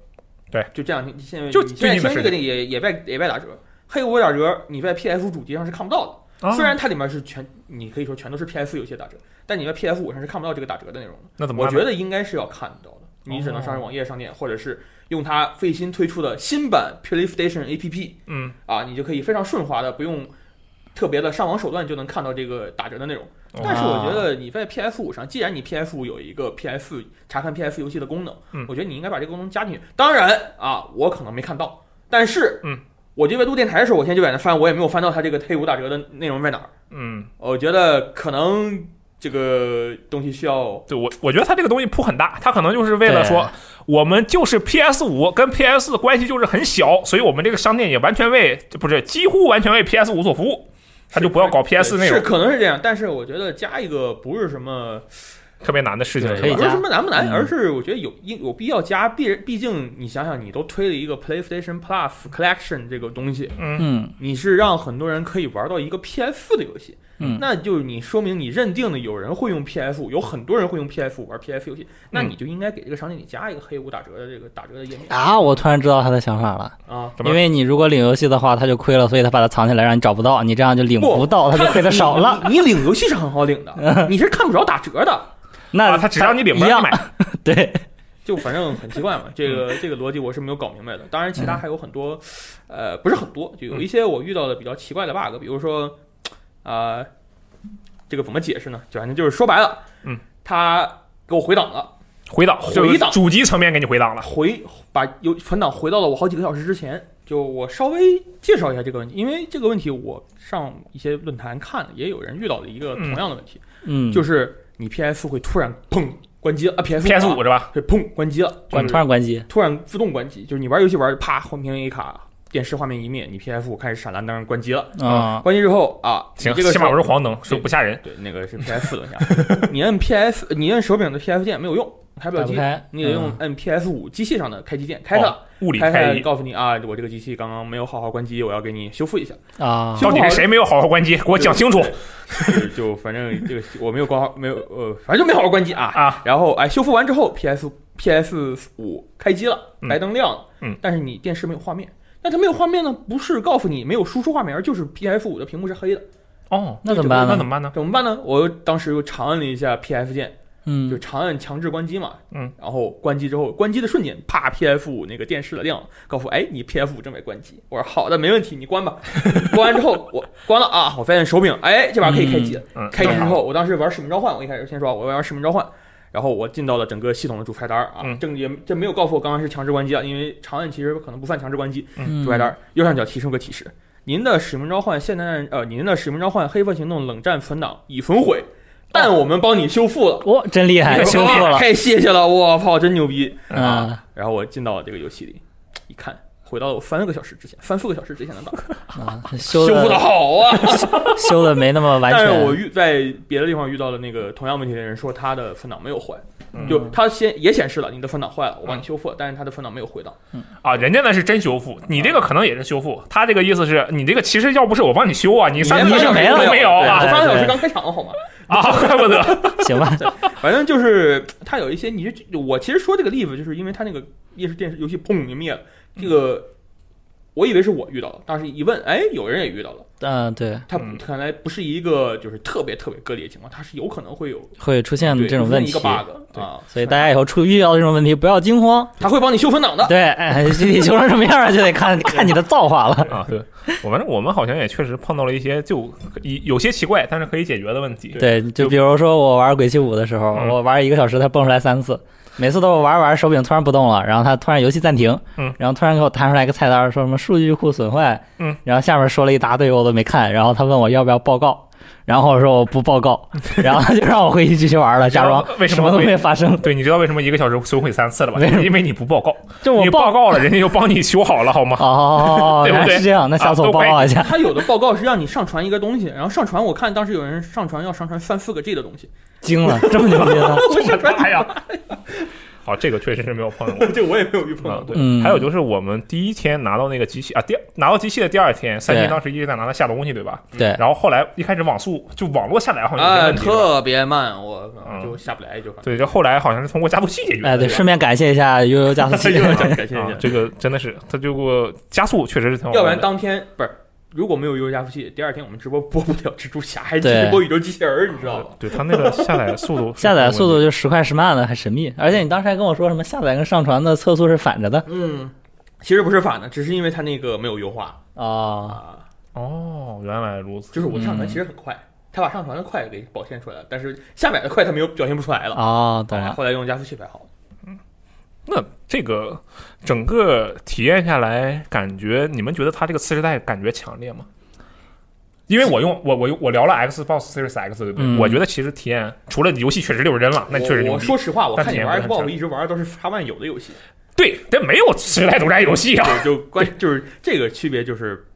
Speaker 2: 对，
Speaker 4: 就这两天现在
Speaker 2: 就
Speaker 4: 你现
Speaker 2: 最
Speaker 4: 在
Speaker 2: 近的
Speaker 4: 听
Speaker 2: 事
Speaker 4: 这个也也在也在打折，黑五打折你在 PS 主机上是看不到的。
Speaker 2: 啊
Speaker 4: 虽然它里面是全，你可以说全都是 PS 游戏的打折，但你在 PS 五上是看不到这个打折的内容的。
Speaker 2: 那怎么哦
Speaker 4: 我
Speaker 2: 办
Speaker 4: 觉
Speaker 2: 呢？
Speaker 4: 得应该是要看到的，你只能上网页商店，或者是用它最新推出的新版 PlayStation APP
Speaker 2: 嗯，
Speaker 4: 啊，你就可以非常顺滑的，不用特别的上网手段就能看到这个打折的内容。
Speaker 2: 哦
Speaker 4: 但是我觉得你在 PS 五上，既然你 PS 五有一个 PS 查看 PS 游戏的功能，
Speaker 2: 嗯
Speaker 4: 我觉得你应该把这个功能加进去。当然啊，我可能没看到，但是
Speaker 2: 嗯，
Speaker 4: 我就在录电台的时候，我现在就在那翻，我也没有翻到它这个黑五打折的内容在哪儿。
Speaker 2: 嗯，
Speaker 4: 我觉得可能这个东西需要
Speaker 2: 对我我觉得它这个东西铺很大，它可能就是为了
Speaker 3: 对
Speaker 2: 说。我们就是 PS 五跟 PS 的关系就是很小，所以我们这个商店也完全为不是几乎完全为 PS 五所服务，它就不要搞 PS 内
Speaker 4: 是
Speaker 2: 容
Speaker 4: 可能是这样，但是我觉得加一个不是什么。
Speaker 2: 特别难的事情
Speaker 4: 对，
Speaker 2: 是
Speaker 3: 可以
Speaker 2: 吧
Speaker 4: 不
Speaker 3: 加
Speaker 4: 是什么难不难，
Speaker 3: 嗯
Speaker 4: 而是我觉得有应有必要加，毕毕竟你想想，你都推了一个 PlayStation Plus Collection 这个东西，
Speaker 2: 嗯，
Speaker 3: 嗯
Speaker 4: 你是让很多人可以玩到一个 PS 的游戏，
Speaker 3: 嗯
Speaker 4: 那就是你说明你认定的有人会用 PS 五，有很多人会用 PS 五玩 PS 游戏，那
Speaker 3: 嗯
Speaker 4: 你就应该给这个商店里加一个黑五打折的这个打折的页面
Speaker 3: 啊，我突然知道他的想法了。
Speaker 4: 啊。
Speaker 2: 怎么
Speaker 3: 因为你如果领游戏的话，他就亏了，所以他把它藏起来，让你找不到，你这样就领
Speaker 4: 不
Speaker 3: 到，他就亏的少 了。
Speaker 4: 你，你你领游戏是很好领 的，你是看不着打折的，
Speaker 3: 那
Speaker 2: 啊，它只让你领不
Speaker 3: 一
Speaker 2: 让
Speaker 3: 样
Speaker 2: 你买，
Speaker 3: 对，
Speaker 4: 就反正很奇怪嘛。这个这个逻辑我是没有搞明白的。当然，其他还有很多，呃，不是很多，就有一些我遇到的比较奇怪的 bug，比如说，啊、这个怎么解释呢？就反正就是说白了，
Speaker 2: 嗯，
Speaker 4: 他给我回档了。
Speaker 2: 回档，
Speaker 4: 回
Speaker 2: 就是
Speaker 4: 档
Speaker 2: 主机层面给你回档了。
Speaker 4: 回把有存档回到了我好几个小时之前，就我稍微介绍一下这个问题，因为这个问题我上一些论坛看了，也有人遇到了一个同样的问题，
Speaker 3: 嗯，
Speaker 4: 就是是你 PS 会突然砰关机了啊，PS
Speaker 2: PS
Speaker 4: 五
Speaker 2: 五是吧？
Speaker 4: 会砰关机了，
Speaker 3: 关
Speaker 4: 就是
Speaker 3: 突然关机，
Speaker 4: 突然自动关机，就是你玩游戏玩着啪，红屏 A 卡，电视画面一灭，你 PS 五开始闪蓝灯关机了，
Speaker 3: 啊，
Speaker 4: 关机之后啊，你
Speaker 2: 行，
Speaker 4: 这个
Speaker 2: 起码
Speaker 4: 手
Speaker 2: 我是黄灯，说不吓人。
Speaker 4: 对，那个是 PS 轮下， 你摁 PS，你摁手柄的 PS 键没有用，开不了
Speaker 3: 打不
Speaker 4: 机，
Speaker 3: 开，
Speaker 4: 你得用
Speaker 3: 嗯
Speaker 4: 摁 PS 五机器上的开机键开它。
Speaker 2: 哦物理
Speaker 3: 哎
Speaker 4: 开
Speaker 2: 开
Speaker 4: 开
Speaker 2: 机，
Speaker 4: 告诉你啊，我这个机器刚刚没有好好关机，我要给你修复一下。
Speaker 3: 啊
Speaker 4: 就
Speaker 2: 到底是谁没有好好关机？给我讲清楚
Speaker 4: 就就反正这个我没有关好，没有呃，反正就没好好关机啊。
Speaker 2: 啊！
Speaker 4: 然后哎，修复完之后，PS PS 五开机了，
Speaker 2: 嗯
Speaker 4: 白灯亮了，
Speaker 2: 嗯，
Speaker 4: 但是你电视没有画面。那它没有画面呢？不是告诉你没有输出画面，而就是 PS 五的屏幕是黑的，
Speaker 2: 哦，
Speaker 3: 那怎么办
Speaker 2: 那怎
Speaker 3: 呢？
Speaker 2: 么办呢？
Speaker 4: 怎么办呢？我又当时又长按了一下 PS 键，就
Speaker 3: 嗯，
Speaker 4: 长按强制关机嘛，
Speaker 2: 嗯，
Speaker 4: 然后关机之后，关机的瞬间，啪，PF 五那个电视的亮了，告诉我，哎，你 PF 五正在关机。我说好的，没问题，你关吧。 关完之后，我关了啊，我发现手柄，哎，这把可以开机了。
Speaker 2: 嗯，
Speaker 4: 开机之
Speaker 2: 正常
Speaker 4: 后，我当时玩使命召唤，我一开始先说我要玩使命召唤，然后我进到了整个系统的主菜单儿啊，
Speaker 2: 嗯
Speaker 4: 正也这没有告诉我刚刚是强制关机啊，因为长按其实可能不算强制关机。
Speaker 3: 嗯
Speaker 4: 主菜单儿右上角提示有个提示。您的《使命召唤》现代呃，您的《使命召唤：黑色行动》冷战存档已焚毁，但我们帮你修 复了。
Speaker 3: 哇，哦真厉 害，哎修复了，
Speaker 4: 太谢谢了，我靠，真牛逼！
Speaker 3: 嗯，
Speaker 4: 然后我进到这个游戏里，一看，回到了我三个小时之前，三四个小时之前的档，
Speaker 3: 啊修
Speaker 4: 修复的
Speaker 3: 的
Speaker 4: 好啊！
Speaker 3: 修的没那么完
Speaker 4: 但
Speaker 3: 全，
Speaker 4: 是我遇在别的地方遇到了那个同样问题的人，说他的分档没有坏，
Speaker 2: 嗯
Speaker 4: 就他先也显示了你的分档坏了，我帮你修复了，但是他的分档没有回档。
Speaker 2: 啊，人家那是真修复，你这个可能也是修复。他这个意思是你这个其实要不是我帮你修啊，你三
Speaker 4: 连
Speaker 2: 四
Speaker 4: 分
Speaker 2: 个
Speaker 4: 档
Speaker 2: 小时
Speaker 3: 没
Speaker 4: 都
Speaker 2: 都
Speaker 4: 有
Speaker 2: 没有
Speaker 4: 对我
Speaker 2: 啊
Speaker 3: 对
Speaker 4: 三个小时刚开场好吗？
Speaker 2: 啊， 怪不得
Speaker 3: 行吧，
Speaker 4: 反正就是它有一些，你就我其实说这个例子，就是因为它那个夜视电视游戏砰就灭了，这
Speaker 2: 嗯
Speaker 4: 个我以为是我遇到了，当时一问，哎，有人也遇到了。
Speaker 3: 嗯，对，
Speaker 4: 它
Speaker 2: 嗯
Speaker 4: 看来不是一个就是特别特别个例的情况，它是有可能会有
Speaker 3: 会出现
Speaker 4: 对
Speaker 3: 这种
Speaker 4: 出现
Speaker 3: 问
Speaker 4: 一
Speaker 3: 题
Speaker 4: 个，bug 啊，
Speaker 3: 所以大家以后出遇到这种问题不要惊慌，
Speaker 4: 它会帮你修分
Speaker 2: 啊
Speaker 4: 档的。
Speaker 3: 对，哎，具体修成什么样儿就 得看看你的造化了。
Speaker 2: 啊。对，我反正我们好像也确实碰到了一些就一有些奇怪，但是可以解决的问题。
Speaker 3: 对，就比如说我玩《鬼泣五》的时候，
Speaker 2: 嗯
Speaker 3: 我玩一个小时，它蹦出来三次，每次都是玩着玩着手柄突然不动了，然后它突然游戏暂停，
Speaker 2: 嗯，
Speaker 3: 然后突然给我弹出来一个菜单，说什么数据库损坏，
Speaker 2: 嗯，
Speaker 3: 然后下面说了一大堆我都没看，然后他问我要不要报告，然后我说我不 报告，然后他就让我回去继续玩了，假装
Speaker 2: 为什
Speaker 3: 什
Speaker 2: 么
Speaker 3: 么都
Speaker 2: 会
Speaker 3: 没发生。
Speaker 2: 对，你知道为什么一个小时损毁三次了吧？
Speaker 3: 为什么
Speaker 2: 因为你不报告，
Speaker 3: 就 我
Speaker 2: 你报告了，人家就帮你修好了，好 吗？
Speaker 3: 哦哦哦哦，
Speaker 2: 对不
Speaker 3: 原来
Speaker 2: 对
Speaker 3: 是这样，那下次
Speaker 2: 啊
Speaker 3: 我
Speaker 2: 都
Speaker 3: 报
Speaker 2: 怪
Speaker 3: 告 一下。
Speaker 4: 它有的报告是让你上传一个东西，然后上传，我看当时有人上传要上传三四个 G 的东西，
Speaker 3: 惊了，这么牛逼 呢？
Speaker 4: 我上传
Speaker 2: 哎呀， 好，这个确实是没有碰到过。
Speaker 4: 这我也没有遇碰
Speaker 2: 啊，
Speaker 4: 到。
Speaker 2: 对，
Speaker 3: 嗯
Speaker 2: 还有就是我们第一天拿到那个机器啊，第二拿到机器的第二天，三星
Speaker 3: 对
Speaker 2: 当时一直在拿它下东西，对吧？
Speaker 3: 对，
Speaker 2: 然后后来一开始网速就网络下载好像有些
Speaker 4: 啊，
Speaker 2: 问题了，
Speaker 4: 特别慢，我
Speaker 2: 嗯
Speaker 4: 就下不来， 就反正。
Speaker 2: 对，就后来好像是通过加速器解决的。
Speaker 3: 哎，对，
Speaker 2: 吧
Speaker 3: 顺便感谢一下悠悠加速器
Speaker 4: 又。要讲感谢一
Speaker 2: 啊
Speaker 4: 下，，
Speaker 2: 这个真的是，它就给我加速确实是挺好玩的。
Speaker 4: 要不然当天不是，如果没有 U 加速器，第二天我们直播播不了蜘蛛侠，还直播宇宙机器人儿，你知道吧？
Speaker 2: 对它那个下载速 度是
Speaker 3: 下载速
Speaker 2: 有
Speaker 3: 度
Speaker 2: 问
Speaker 3: 就时快时慢的，很神秘。而且你当时还跟我说什么下载跟上传的测速是反着的
Speaker 4: 嗯，其实不是反的，只是因为它那个没有优化
Speaker 3: 哦，
Speaker 4: 啊，
Speaker 2: 题哦，原来如此，
Speaker 4: 就是我上传其实很快，它把上传的快给表现出来了，但是下载的快它没有表现不出来了。啊
Speaker 3: 哦，当然，
Speaker 4: 后来用加速器才好。
Speaker 2: 那这个整个体验下来，感觉你们觉得它这个次世代感觉强烈吗？因为我用我我用我聊了 Xbox Series X，对不对？
Speaker 3: 嗯
Speaker 2: 我觉得其实体验除了游戏确实六十帧了，那确实
Speaker 4: 我
Speaker 2: 牛
Speaker 4: 我
Speaker 2: 逼。
Speaker 4: 说实话，我
Speaker 2: 但
Speaker 4: 看你
Speaker 2: 体验
Speaker 4: 玩
Speaker 2: 不是很
Speaker 4: Xbox 一直玩的都是叉 One 有的 游戏，
Speaker 2: 对，这没有次世代独占游戏啊。
Speaker 4: 对，就关就是这个区别就是。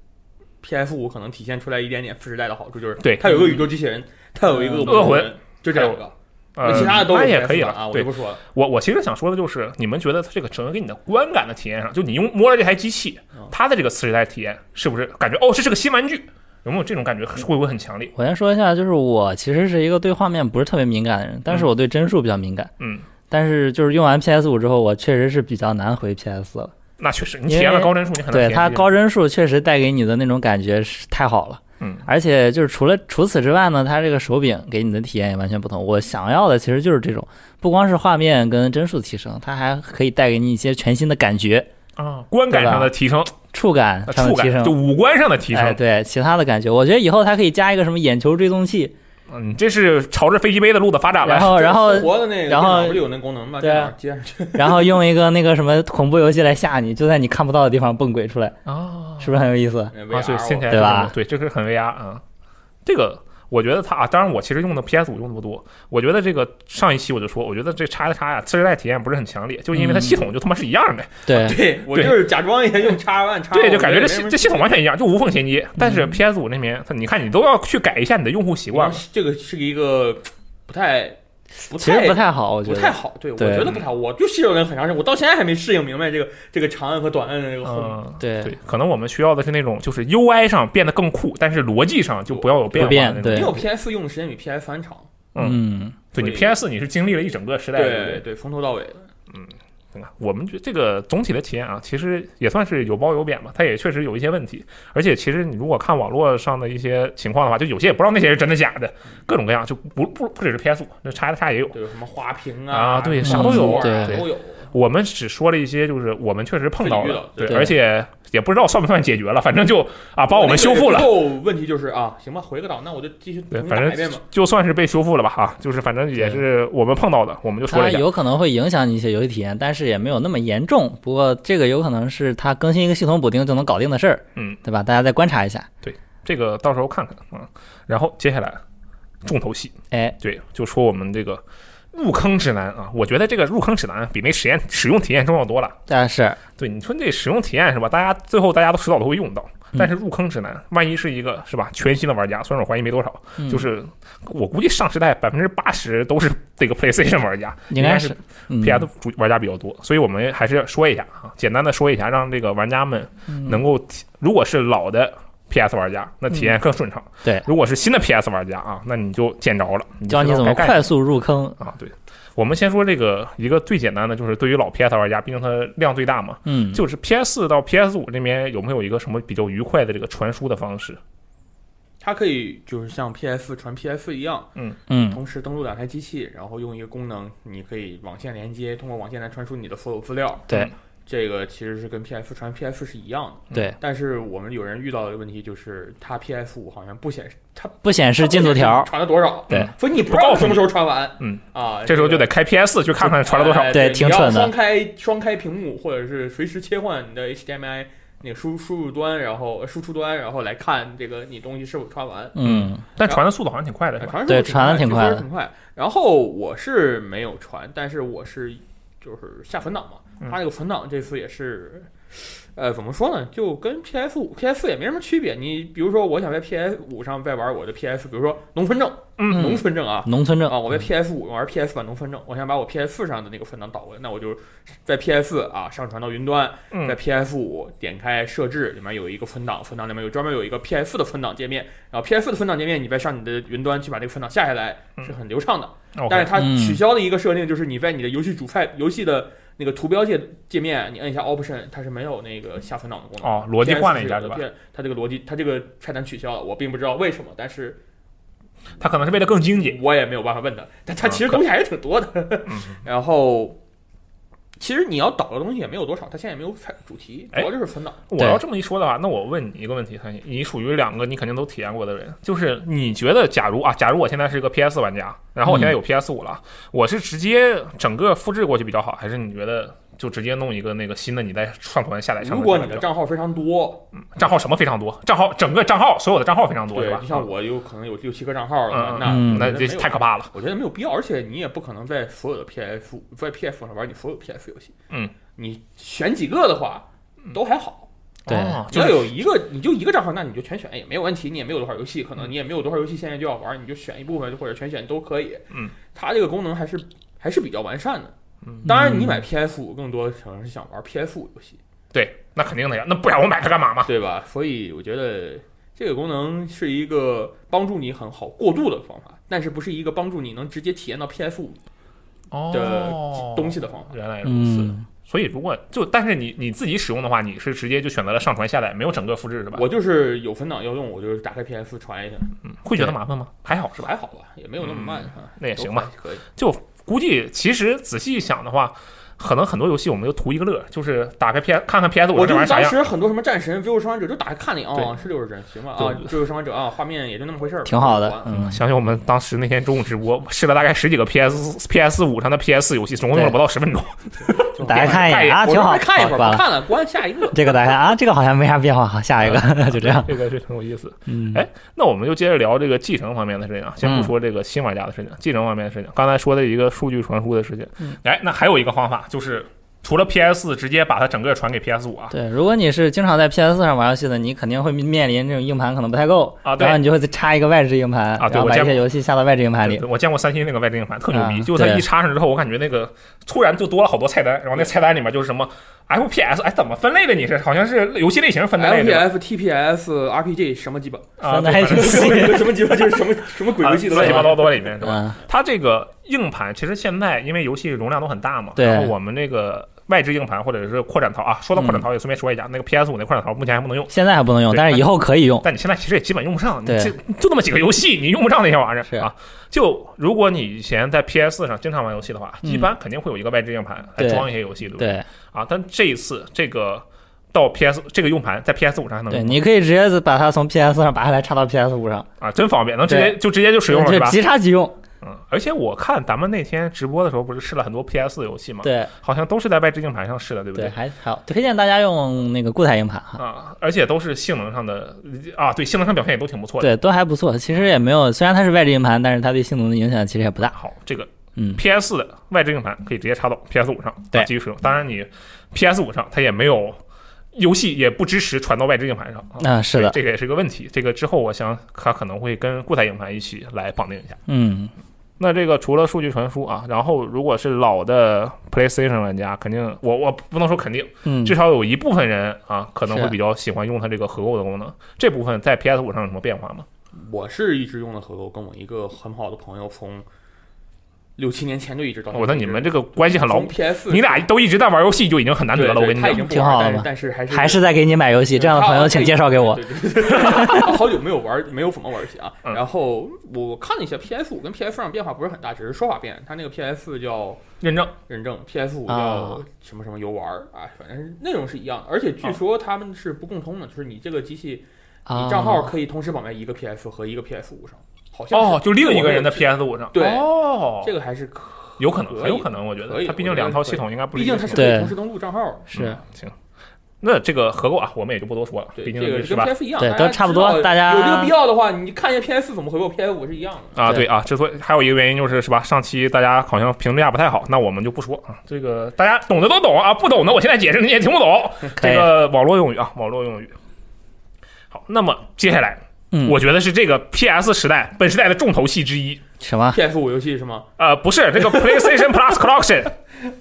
Speaker 4: P.S. 五可能体现出来一点点次时代的好处，就是
Speaker 2: 对嗯
Speaker 4: 它有一个宇宙机器人，它有一个
Speaker 2: 恶魂
Speaker 4: 魂，就这两个。
Speaker 2: 呃，
Speaker 4: 其他的都
Speaker 2: 那
Speaker 4: 有
Speaker 2: 也
Speaker 4: PS
Speaker 2: 可以
Speaker 4: 了
Speaker 2: 了
Speaker 4: 啊，我就
Speaker 2: 对
Speaker 4: 不说了。
Speaker 2: 我我其实想说的就是，你们觉得它这个整个给你的观感的体验上，就你用摸了这台机器
Speaker 4: 嗯，
Speaker 2: 它的这个次世代体验是不是感觉哦，这是个新玩具？有没有这种感觉？会不会很强烈？
Speaker 3: 我先说一下，就是我其实是一个对画面不是特别敏感的人，但是我对帧数比较敏感。
Speaker 2: 嗯，
Speaker 3: 但是就是用完 PS 五之后，我确实是比较难回 PS 了。
Speaker 2: 那确实，你
Speaker 3: 因为
Speaker 2: 体验了高帧数，你很难
Speaker 3: 对
Speaker 2: 体验
Speaker 3: 它
Speaker 2: 这个
Speaker 3: 高帧数确实带给你的那种感觉是太好了。
Speaker 2: 嗯
Speaker 3: 而且就是除了除此之外呢，它这个手柄给你的体验也完全不同。我想要的其实就是这种，不光是画面跟帧数提升，它还可以带给你一些全新的感觉、
Speaker 2: 啊，观感上的提升，
Speaker 3: 触感上
Speaker 2: 啊触
Speaker 3: 的提
Speaker 2: 感
Speaker 3: 升哎
Speaker 2: 就。五官上的提升
Speaker 3: 哎，，对，其他的感觉，我觉得以后它可以加一个什么眼球追踪器，
Speaker 2: 嗯，这是朝着飞机杯的路子发展
Speaker 3: 然
Speaker 2: 了。
Speaker 3: 哦后然后
Speaker 4: 活的那个
Speaker 3: 然后
Speaker 4: 电脑不是有那功能吗？
Speaker 3: 对啊
Speaker 4: 电脑接上 去，
Speaker 3: 然后用一个那个什么恐怖游戏来吓你，就在你看不到的地方蹦鬼出来，
Speaker 2: 啊
Speaker 3: 是不是很有意思？
Speaker 4: 那
Speaker 2: 啊，
Speaker 4: VR
Speaker 2: 对，掀起来
Speaker 3: 对吧
Speaker 2: 这种对，这是很 VR 啊。这个我觉得它啊，当然我其实用的 PS 五用的不多，我觉得这个上一期我就说，我觉得这叉 X 叉呀次世代体验不是很强烈，就因为它
Speaker 3: 嗯
Speaker 2: 系统就他妈是一样的，
Speaker 3: 对
Speaker 4: 对我
Speaker 2: 对
Speaker 4: 就是假装一下用叉 one 叉，
Speaker 2: 对，就
Speaker 4: 我
Speaker 2: 感觉这
Speaker 4: 没什
Speaker 2: 系
Speaker 4: 么嗯
Speaker 2: 这系统完全一样，就无缝衔接。但是 PS 五那边，它你看你都要去改一下你的用户习惯
Speaker 4: 嗯，这个是一个不太不
Speaker 3: 其实
Speaker 4: 太
Speaker 3: 不太好，我觉
Speaker 4: 不太
Speaker 3: 得。
Speaker 4: 好，对我
Speaker 3: 对
Speaker 4: 觉得不太好，
Speaker 2: 嗯
Speaker 4: 我就适应了很长时间，我到现在还没适应明白这个这个长按和短按的这个 home。
Speaker 2: 嗯。
Speaker 3: 对
Speaker 2: 对，可能我们需要的是那种，就是 UI 上变得更酷，但是逻辑上就不要有变化
Speaker 3: 不变
Speaker 2: 的那种。
Speaker 3: 对
Speaker 4: 因为我 PS 用的时间比 PS 三长，
Speaker 3: 嗯，
Speaker 2: 对你
Speaker 4: 对
Speaker 2: PS 你是经历了一整个时代，对不
Speaker 4: 对对，从头到尾的。
Speaker 2: 对吧我们觉得这个总体的体验啊，其实也算是有褒有贬吧，它也确实有一些问题。而且其实你如果看网络上的一些情况的话，就有些也不知道那些是真的假的，各种各样，就不不不只是 PS 五，那叉 X 叉也有。
Speaker 4: 对，有什么花瓶
Speaker 2: 啊对啥
Speaker 3: 都有
Speaker 4: 木偶啊
Speaker 3: 对
Speaker 4: 都有。
Speaker 2: 我们只说了一些，就是我们确实碰到
Speaker 4: 自己遇
Speaker 2: 了
Speaker 4: 到，
Speaker 2: 对，
Speaker 3: 对
Speaker 2: 而且也不知道算不算解决了，反正就啊帮我们修复
Speaker 4: 之
Speaker 2: 了。
Speaker 4: 后问题就是啊，行吧，回个档，那我就继续
Speaker 2: 对，
Speaker 4: 重新
Speaker 2: 反
Speaker 4: 打一遍
Speaker 2: 正
Speaker 4: 吧。
Speaker 2: 就算是被修复了吧，哈、就是反正也是我们碰到的，我们就说了
Speaker 3: 它
Speaker 2: 一下。
Speaker 3: 啊有可能会影响你一些游戏体验，但是也没有那么严重。不过这个有可能是它更新一个系统补丁就能搞定的事儿，
Speaker 2: 嗯，
Speaker 3: 对吧？大家再观察一下。
Speaker 2: 这个到时候看看啊、然后接下来重头戏，
Speaker 3: 哎，
Speaker 2: 对，就说我们这个入坑指南啊，我觉得这个入坑指南比那实验使用体验重要多了。
Speaker 3: 但是
Speaker 2: 对，你说这使用体验是吧？大家最后大家都迟早都会用到，
Speaker 3: 嗯
Speaker 2: 但是入坑指南，万一是一个是吧全新的玩家，虽然我怀疑没多少，
Speaker 3: 嗯
Speaker 2: 就是我估计上时代百分之八十都是这个 PlayStation 玩家，
Speaker 3: 应
Speaker 2: 该
Speaker 3: 该
Speaker 2: 是
Speaker 3: 是嗯
Speaker 2: PS 主玩家比较多，所以我们还是要说一下啊，简单的说一下，让这个玩家们
Speaker 3: 嗯
Speaker 2: 能够体，如果是老的 PS 玩家，那体验更顺畅；
Speaker 3: 嗯对
Speaker 2: 如果是新的 PS 玩家啊，那你就见着了，你就
Speaker 3: 教你
Speaker 2: 知道
Speaker 3: 怎么
Speaker 2: 该干
Speaker 3: 快速入坑。
Speaker 2: 啊？对，我们先说这个一个最简单的，就是对于老 PS 玩家，毕竟它量最大嘛，
Speaker 3: 嗯，
Speaker 2: 就是 PS 到 PS 五这边有没有一个什么比较愉快的这个传输的方式？
Speaker 4: 它可以就是像 PS 传 PS 一样，
Speaker 3: 嗯，
Speaker 4: 同时登录两台机器，然后用一个功能，你可以网线连接，通过网线来传输你的所有资料。
Speaker 3: 对
Speaker 4: 这个其实是跟 PS 传 PS 是一样的，
Speaker 3: 对，
Speaker 4: 但是我们有人遇到的问题就是，它 PS 五好像不显示，它
Speaker 3: 不显示进度条。
Speaker 4: 传了多少，
Speaker 3: 对，
Speaker 4: 所以你不知道什么时候传完，
Speaker 2: 嗯
Speaker 4: 啊，
Speaker 2: 这时候就得开 PS 去看看传了多少。
Speaker 4: 哎
Speaker 3: 对挺
Speaker 4: 你要
Speaker 3: 蠢的
Speaker 4: 双开双开屏幕，或者是随时切换你的 HDMI 那个输输入端，然后呃输出端，然后来看这个你东西是否传完。
Speaker 3: 嗯，
Speaker 2: 但传的速度好像挺快的，是吧？
Speaker 4: 传
Speaker 3: 对传得
Speaker 4: 传
Speaker 3: 挺快的
Speaker 4: 挺快。然后我是没有传，但是我是就是下存档嘛
Speaker 2: 嗯，
Speaker 4: 它那个存档这次也是，呃，怎么说呢，就跟 PS 五、PS 也没什么区别。你比如说，我想在 PS 五上再玩我的 PS，比如说农村证，
Speaker 2: 嗯
Speaker 4: 农村证啊。
Speaker 3: 农村证
Speaker 4: 啊，我在 PS 五玩 PS 版农村证，我想把我 PS 四上的那个存档导过来，那我就在 PS 啊上传到云端，
Speaker 2: 嗯
Speaker 4: 在 PS 五点开设置，里面有一个存档，存档里面有专门有一个 PS 的存档界面，然后 PS 的存档界面你再上你的云端去把这个存档下下来
Speaker 2: 嗯
Speaker 4: 是很流畅的。
Speaker 2: OK
Speaker 4: 但是它
Speaker 3: 嗯
Speaker 4: 取消的一个设定就是你在你的游戏主菜游戏的那个图标界界面，你摁一下 Option，它是没有那个下存档的功能。
Speaker 2: 哦，逻辑换了一下，
Speaker 4: PS4
Speaker 2: 对吧？
Speaker 4: 片它这个逻辑，它这个菜单取消了，我并不知道为什么，但是
Speaker 2: 它可能是为了更精简。
Speaker 4: 我也没有办法问他。但
Speaker 2: 嗯
Speaker 4: 它其实
Speaker 2: 可
Speaker 4: 东西还是挺多的。
Speaker 2: 嗯，
Speaker 4: 然后，其实你要导的东西也没有多少，它现在也没有菜主题，主
Speaker 2: 哎
Speaker 4: 要就是存档。
Speaker 2: 我
Speaker 3: 对
Speaker 2: 要这么一说的话，那我问你一个问题，三星，你属于两个你肯定都体验过的人，就是你觉得，假如啊，假如我现在是一个 PS 玩家，然后我现
Speaker 4: 嗯
Speaker 2: 在有 PS 五了，我是直接整个复制过去比较好，还是你觉得就直接弄一个那个新的，你再上传下载上传？
Speaker 4: 如果你的账号非常多，
Speaker 2: 账号什么非常多，账号整个账号所有的账号非常多，
Speaker 4: 对，
Speaker 2: 是吧
Speaker 4: 就？像我有可能有六七个账号了，
Speaker 2: 嗯
Speaker 4: 那
Speaker 3: 嗯
Speaker 2: 那
Speaker 4: 那
Speaker 2: 这
Speaker 4: 没有
Speaker 2: 太可怕了。
Speaker 4: 我觉得没有必要，而且你也不可能在所有的 PS 在 PS 上玩你所有 PS 游戏。
Speaker 2: 嗯，
Speaker 4: 你选几个的话都还好。
Speaker 3: 对
Speaker 2: 哦
Speaker 4: 你
Speaker 2: 就
Speaker 4: 要
Speaker 2: 是
Speaker 4: 有一个，你就一个账号，那你就全选也没有问题，你也没有多少游戏，可能你也没有多少游戏现在就要玩，你就选一部分或者全选都可以。
Speaker 2: 嗯，
Speaker 4: 它这个功能还是还是比较完善的。
Speaker 2: 嗯
Speaker 4: 当然你买 PS 五更多可能是想玩 PS 五游戏，
Speaker 2: 对，那肯定的呀，那不然我买它干嘛嘛？
Speaker 4: 对吧？所以我觉得这个功能是一个帮助你很好过渡的方法，但是不是一个帮助你能直接体验到 PS 五的
Speaker 2: 哦
Speaker 4: 东西的方法。
Speaker 2: 原来如此。
Speaker 3: 嗯，
Speaker 2: 所以，如果就但是你你自己使用的话，你是直接就选择了上传下载，没有整个复制是吧？
Speaker 4: 我就是有存档要用，我就打开 PS 传一下，
Speaker 2: 会觉得麻烦吗？还好是吧？
Speaker 4: 还好吧，也没有那么慢啊。
Speaker 2: 嗯那也行吧
Speaker 4: 都还可以。
Speaker 2: 估计其实仔细想的话，可能很多游戏我们就图一个乐，就是打开 PS 看看 PS
Speaker 4: 我
Speaker 2: 五这
Speaker 4: 就
Speaker 2: 玩意儿啥
Speaker 4: 当
Speaker 2: 样。
Speaker 4: 时很多什么战神、最后生还者就打开看了一眼啊，
Speaker 2: 对
Speaker 4: 是六十帧，行吧啊
Speaker 2: 对，
Speaker 4: 最后生还者啊，画面也就那么回事儿，
Speaker 3: 挺好的，
Speaker 4: 完
Speaker 3: 嗯，
Speaker 2: 想想我们当时那天中午直播，试了大概十几个 PS PS 五上的 PS 游戏，总共用了不到十分钟。
Speaker 4: 就
Speaker 3: 大家看一眼啊，
Speaker 4: 我说
Speaker 3: 挺好，
Speaker 4: 再看一
Speaker 3: 好
Speaker 4: 会儿，
Speaker 3: 关
Speaker 4: 不
Speaker 3: 了。
Speaker 4: 看了，关下一个。
Speaker 3: 这个大家看啊，这个好像没啥变化，好，下一个 就这样。
Speaker 2: 这个是挺有意思。
Speaker 3: 嗯，
Speaker 2: 哎那我们就接着聊这个继承方面的事情啊，先不说这个新玩家的事情，继承方面的事情。刚才说的一个数据传输的事情，
Speaker 3: 嗯
Speaker 2: 哎，那还有一个方法就是，除了 PS 直接把它整个传给 PS 五 啊，
Speaker 3: 对，如果你是经常在 PS 上玩游戏的，你肯定会面临这种硬盘可能不太够
Speaker 2: 啊对
Speaker 3: 然后你就会再插一个外置硬盘，
Speaker 2: 啊对
Speaker 3: 然后
Speaker 2: 我
Speaker 3: 把
Speaker 2: 见
Speaker 3: 一些游戏下到外置硬盘里
Speaker 2: 对。我见过三星那个外置硬盘特牛逼，
Speaker 3: 啊
Speaker 2: 就它
Speaker 3: 对
Speaker 2: 一插上之后，我感觉那个突然就多了好多菜单，然后那菜单里面就是什么 FPS，哎，怎么分类的？你是好像是游戏类型分的类
Speaker 4: L P
Speaker 2: 对吧？
Speaker 4: F T P S R P G 什么鸡巴，
Speaker 2: 啊，
Speaker 3: 分的还挺
Speaker 2: 对
Speaker 3: 细
Speaker 2: 反正
Speaker 4: 什么鸡巴就是什么什么鬼游戏
Speaker 2: 啊
Speaker 4: 都
Speaker 2: 乱七八
Speaker 4: 糟。
Speaker 2: 糟都在里面是吧？
Speaker 3: 嗯，
Speaker 2: 它这个硬盘其实现在因为游戏容量都很大嘛，
Speaker 3: 对
Speaker 2: 然后我们这个外置硬盘或者是扩展槽啊，说到扩展槽也顺便说一下，
Speaker 3: 嗯
Speaker 2: 那个 PS 五那扩展槽目前还不能用，
Speaker 3: 现在还不能用，
Speaker 2: 对
Speaker 3: 但是以后可以用。
Speaker 2: 但你现在其实也基本用不上，你
Speaker 3: 对
Speaker 2: 这就那么几个游戏，你用不上那些玩意
Speaker 3: 是
Speaker 2: 儿啊。就如果你以前在 PS 上经常玩游戏的话，
Speaker 3: 嗯
Speaker 2: 一般肯定会有一个外置硬盘来
Speaker 3: 对
Speaker 2: 装一些游戏，对不对？
Speaker 3: 对
Speaker 2: 啊，但这一次这个到 PS 这个硬盘在 PS 五上还能
Speaker 3: 对，
Speaker 2: 用
Speaker 3: 你可以直接把它从 PS 上拔下来插到 PS 五上，
Speaker 2: 啊，真方便，能直接
Speaker 3: 对
Speaker 2: 就直接就使用了，是
Speaker 3: 就
Speaker 2: 吧？
Speaker 3: 即插即用。
Speaker 2: 嗯，而且我看咱们那天直播的时候，不是试了很多 PS 游戏嘛，
Speaker 3: 对
Speaker 2: 好像都是在外置硬盘上试啊的，对不
Speaker 3: 对，还好，推荐大家用那个固态硬盘哈。
Speaker 2: 啊，而且都是性能上的啊，对性能上表现也都挺不错的。
Speaker 3: 对，都还不错。其实也没有，虽然它是外置硬盘，但是它对性能的影响其实也不大。
Speaker 2: 好，这个
Speaker 3: 嗯，
Speaker 2: PS 的外置硬盘可以直接插到 PS 五上，
Speaker 3: 对
Speaker 2: 啊继续使用。当然，你 PS 五上它也没有游戏也不支持传到外置硬盘上啊。
Speaker 3: 啊，是的，
Speaker 2: 这个也是个问题。这个之后，我想它可能会跟固态硬盘一起来绑定一下。
Speaker 3: 嗯，
Speaker 2: 那这个除了数据传输啊，然后如果是老的 PlayStation 玩家，肯定我我不能说肯定，
Speaker 3: 嗯
Speaker 2: 至，少有一部分人啊可能
Speaker 3: 是
Speaker 2: 会比较喜欢用它这个合购的功能。这部分在 PS 五上有什么变化吗？
Speaker 4: 我是一直用的合购，跟我一个很好的朋友从六七年前就一直到现在。
Speaker 2: 我操，你们这个关系很牢
Speaker 4: 从 PS，
Speaker 2: 你俩都一直在玩游戏，就已经很难得了。我跟你
Speaker 4: 他已
Speaker 2: 讲
Speaker 4: 经，不玩
Speaker 3: 挺
Speaker 4: 了
Speaker 3: 好的嘛
Speaker 4: 但是但是还
Speaker 3: 还
Speaker 4: 是
Speaker 3: 是在给你买游戏，这样的朋友请介绍给我。
Speaker 4: 对。对对对 好久没有玩，没有怎么玩游戏啊。
Speaker 2: 嗯
Speaker 4: 然后我看了一下 PS 五跟 PS 上变化不是很大，只是说法变。它那个 PS 叫
Speaker 2: 认证
Speaker 4: 认证，PS 五
Speaker 3: 啊
Speaker 4: 叫什么什么游玩儿啊，反正是内容是一样的。而且
Speaker 2: 啊
Speaker 4: 据说他们是不共通的，就是你这个机器，
Speaker 3: 啊，
Speaker 4: 你账号可以同时绑在一个 PS 和一个 PS 五上，好像
Speaker 2: 哦，
Speaker 4: 是
Speaker 2: 就另一个人的 PS 五上。
Speaker 4: 对
Speaker 2: 哦，
Speaker 4: 这个还是可，
Speaker 2: 有可能，
Speaker 4: 可以
Speaker 2: 很有可能，我觉
Speaker 4: 可
Speaker 2: 得
Speaker 4: 以
Speaker 2: 它毕竟
Speaker 4: 我觉得
Speaker 2: 两套
Speaker 4: 可以
Speaker 2: 系统应该不
Speaker 4: 毕
Speaker 2: 一
Speaker 4: 竟
Speaker 2: 个
Speaker 4: 它
Speaker 2: 系
Speaker 4: 是
Speaker 2: 统
Speaker 4: 可以
Speaker 3: 对
Speaker 4: 同时登录账号。
Speaker 3: 是
Speaker 2: 嗯行。那这个合购啊，我们也就不多说了，
Speaker 4: 对，
Speaker 2: 毕竟
Speaker 4: 这个
Speaker 2: 是
Speaker 4: 是
Speaker 2: 吧
Speaker 4: 跟？PS 一样，
Speaker 3: 对
Speaker 4: 大家
Speaker 3: 都差不多
Speaker 4: 知道
Speaker 3: 大家
Speaker 4: 有这个必要的话，你看一下 PS 怎么回购，PS 五是一样的。
Speaker 2: 啊，
Speaker 3: 对
Speaker 2: 对啊，之所以还有一个原因就是是吧？上期大家好像评价不太好，那我们就不说啊。这个大家懂的都懂啊，不懂的我现在解释你也听不懂。
Speaker 3: 可
Speaker 2: 这
Speaker 3: 以，
Speaker 2: 个网络用语啊，网络用语。好，那么接下来
Speaker 3: 嗯，
Speaker 2: 我觉得是这个 PS 时代本时代的重头戏之一。
Speaker 3: 什么
Speaker 4: PS 五游戏是吗？
Speaker 2: 呃，不是 这个 PlayStation Plus Collection，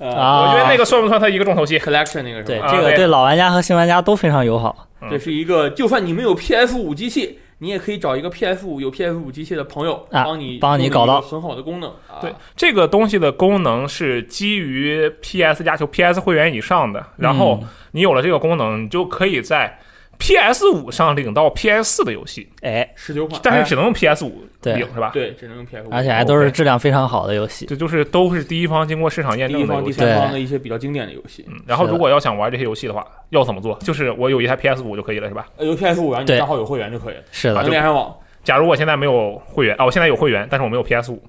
Speaker 3: 啊？
Speaker 2: 我觉得那个算不算它一个重头戏？
Speaker 4: Collection 那个是
Speaker 3: 对
Speaker 4: 吧？
Speaker 2: 啊
Speaker 3: 这个
Speaker 2: 对
Speaker 3: 对老玩家和新玩家都非常友好。
Speaker 2: 嗯
Speaker 4: 这是一个，就算你没有 PS 五机器，你也可以找一个 PS 五有 PS 五机器的朋友，
Speaker 3: 啊
Speaker 4: 帮你
Speaker 3: 帮你
Speaker 4: 弄一
Speaker 3: 搞到
Speaker 4: 个很好的功能。啊
Speaker 2: 对，这个东西的功能是基于 PS 加球 PS 会员以上的，然后
Speaker 4: 嗯
Speaker 2: 你有了这个功能，你就可以在 PS 五上领到 PS 四的游戏，
Speaker 3: 哎，
Speaker 4: 十九款，
Speaker 2: 但是只能用 PS 五
Speaker 3: 对
Speaker 2: 领是吧？
Speaker 4: 对，只能用 PS 五。
Speaker 3: 而且还
Speaker 2: 哦
Speaker 3: 都是质量非常好的游戏。
Speaker 2: 这就是都是第一方经过市场验
Speaker 4: 第
Speaker 2: 证
Speaker 4: 一
Speaker 2: 的
Speaker 4: 方、
Speaker 2: 游
Speaker 4: 第
Speaker 2: 戏。
Speaker 4: 三方的一些比较经典的游戏。
Speaker 2: 嗯，然后
Speaker 3: 是的
Speaker 2: 如果要想玩这些游戏的话，要怎么做？就是我有一台 PS 五就可以了，是吧？
Speaker 4: 呃有 PS 五，然后
Speaker 3: 对
Speaker 4: 你账号有会员就可以了，
Speaker 3: 是
Speaker 2: 啊
Speaker 3: 的
Speaker 4: 能，连上网。
Speaker 2: 假如我现在没有会员啊，我现在有会员，但是我没有 PS 五，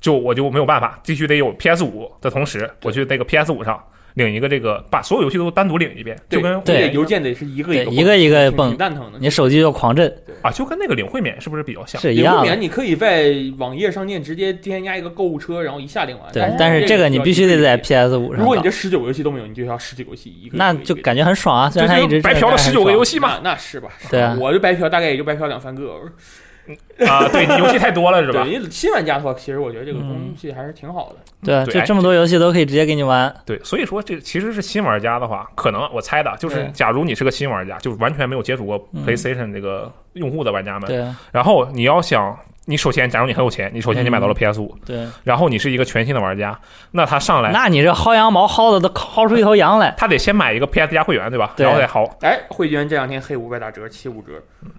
Speaker 2: 就我就没有办法，必须得有 PS 五的同时，我去那个 PS 五上领一个这个，把所有游戏都单独领一遍，就
Speaker 4: 对
Speaker 2: 跟
Speaker 3: 对
Speaker 4: 这邮件得是一个
Speaker 3: 对，
Speaker 4: 一
Speaker 3: 一
Speaker 4: 个
Speaker 3: 个一个
Speaker 4: 挺挺
Speaker 3: 蹦，
Speaker 4: 蛋疼的。
Speaker 3: 你手机就狂震，
Speaker 2: 啊，就跟那个领会免是不是比较像？
Speaker 3: 是一
Speaker 4: 也不
Speaker 3: 样
Speaker 4: 免
Speaker 3: 的。
Speaker 4: 你可以在网页商店直接添加一个购物车，然后一下领完。
Speaker 2: 哎
Speaker 3: 对，但是这个你必须得在。PS 五上
Speaker 4: 如果你
Speaker 3: 搞，
Speaker 4: 这十九个游戏都没有，你就要十九个游戏一个一个。
Speaker 3: 那
Speaker 4: 一个
Speaker 3: 就
Speaker 4: 一个
Speaker 3: 感觉很爽啊。虽
Speaker 2: 就
Speaker 3: 然它一
Speaker 2: 是
Speaker 3: 直
Speaker 2: 白嫖了十九个游
Speaker 3: 戏，
Speaker 2: 戏嘛？
Speaker 4: 那那是吧？是吧
Speaker 3: 对啊
Speaker 4: 我这白嫖大概也就白嫖两三个。
Speaker 2: 啊，对你游戏太多了是吧
Speaker 4: 对，？因为新玩家的话，其实我觉得这个
Speaker 3: 嗯
Speaker 4: 东西还是挺好的。
Speaker 3: 对，
Speaker 2: 对哎
Speaker 3: 就这么多游戏都可以直接给你玩。
Speaker 2: 对，所以说这其实是新玩家的话，可能我猜的就是
Speaker 4: 对，
Speaker 2: 假如你是个新玩家，就是完全没有接触过
Speaker 3: 嗯
Speaker 2: PlayStation 这个用户的玩家们，
Speaker 3: 对
Speaker 2: 然后你要想，你首先，假如你很有钱，你首先你买
Speaker 3: 嗯
Speaker 2: 到了 PS 五，
Speaker 3: 对，
Speaker 2: 然后你是一个全新的玩家，那他上来
Speaker 3: 那你这薅羊毛薅的都薅出一头羊来，
Speaker 2: 他得先买一个 PS 加会员，对吧？
Speaker 3: 对
Speaker 2: 然后再薅
Speaker 4: 哎，会员这两天黑五百打折，七五折。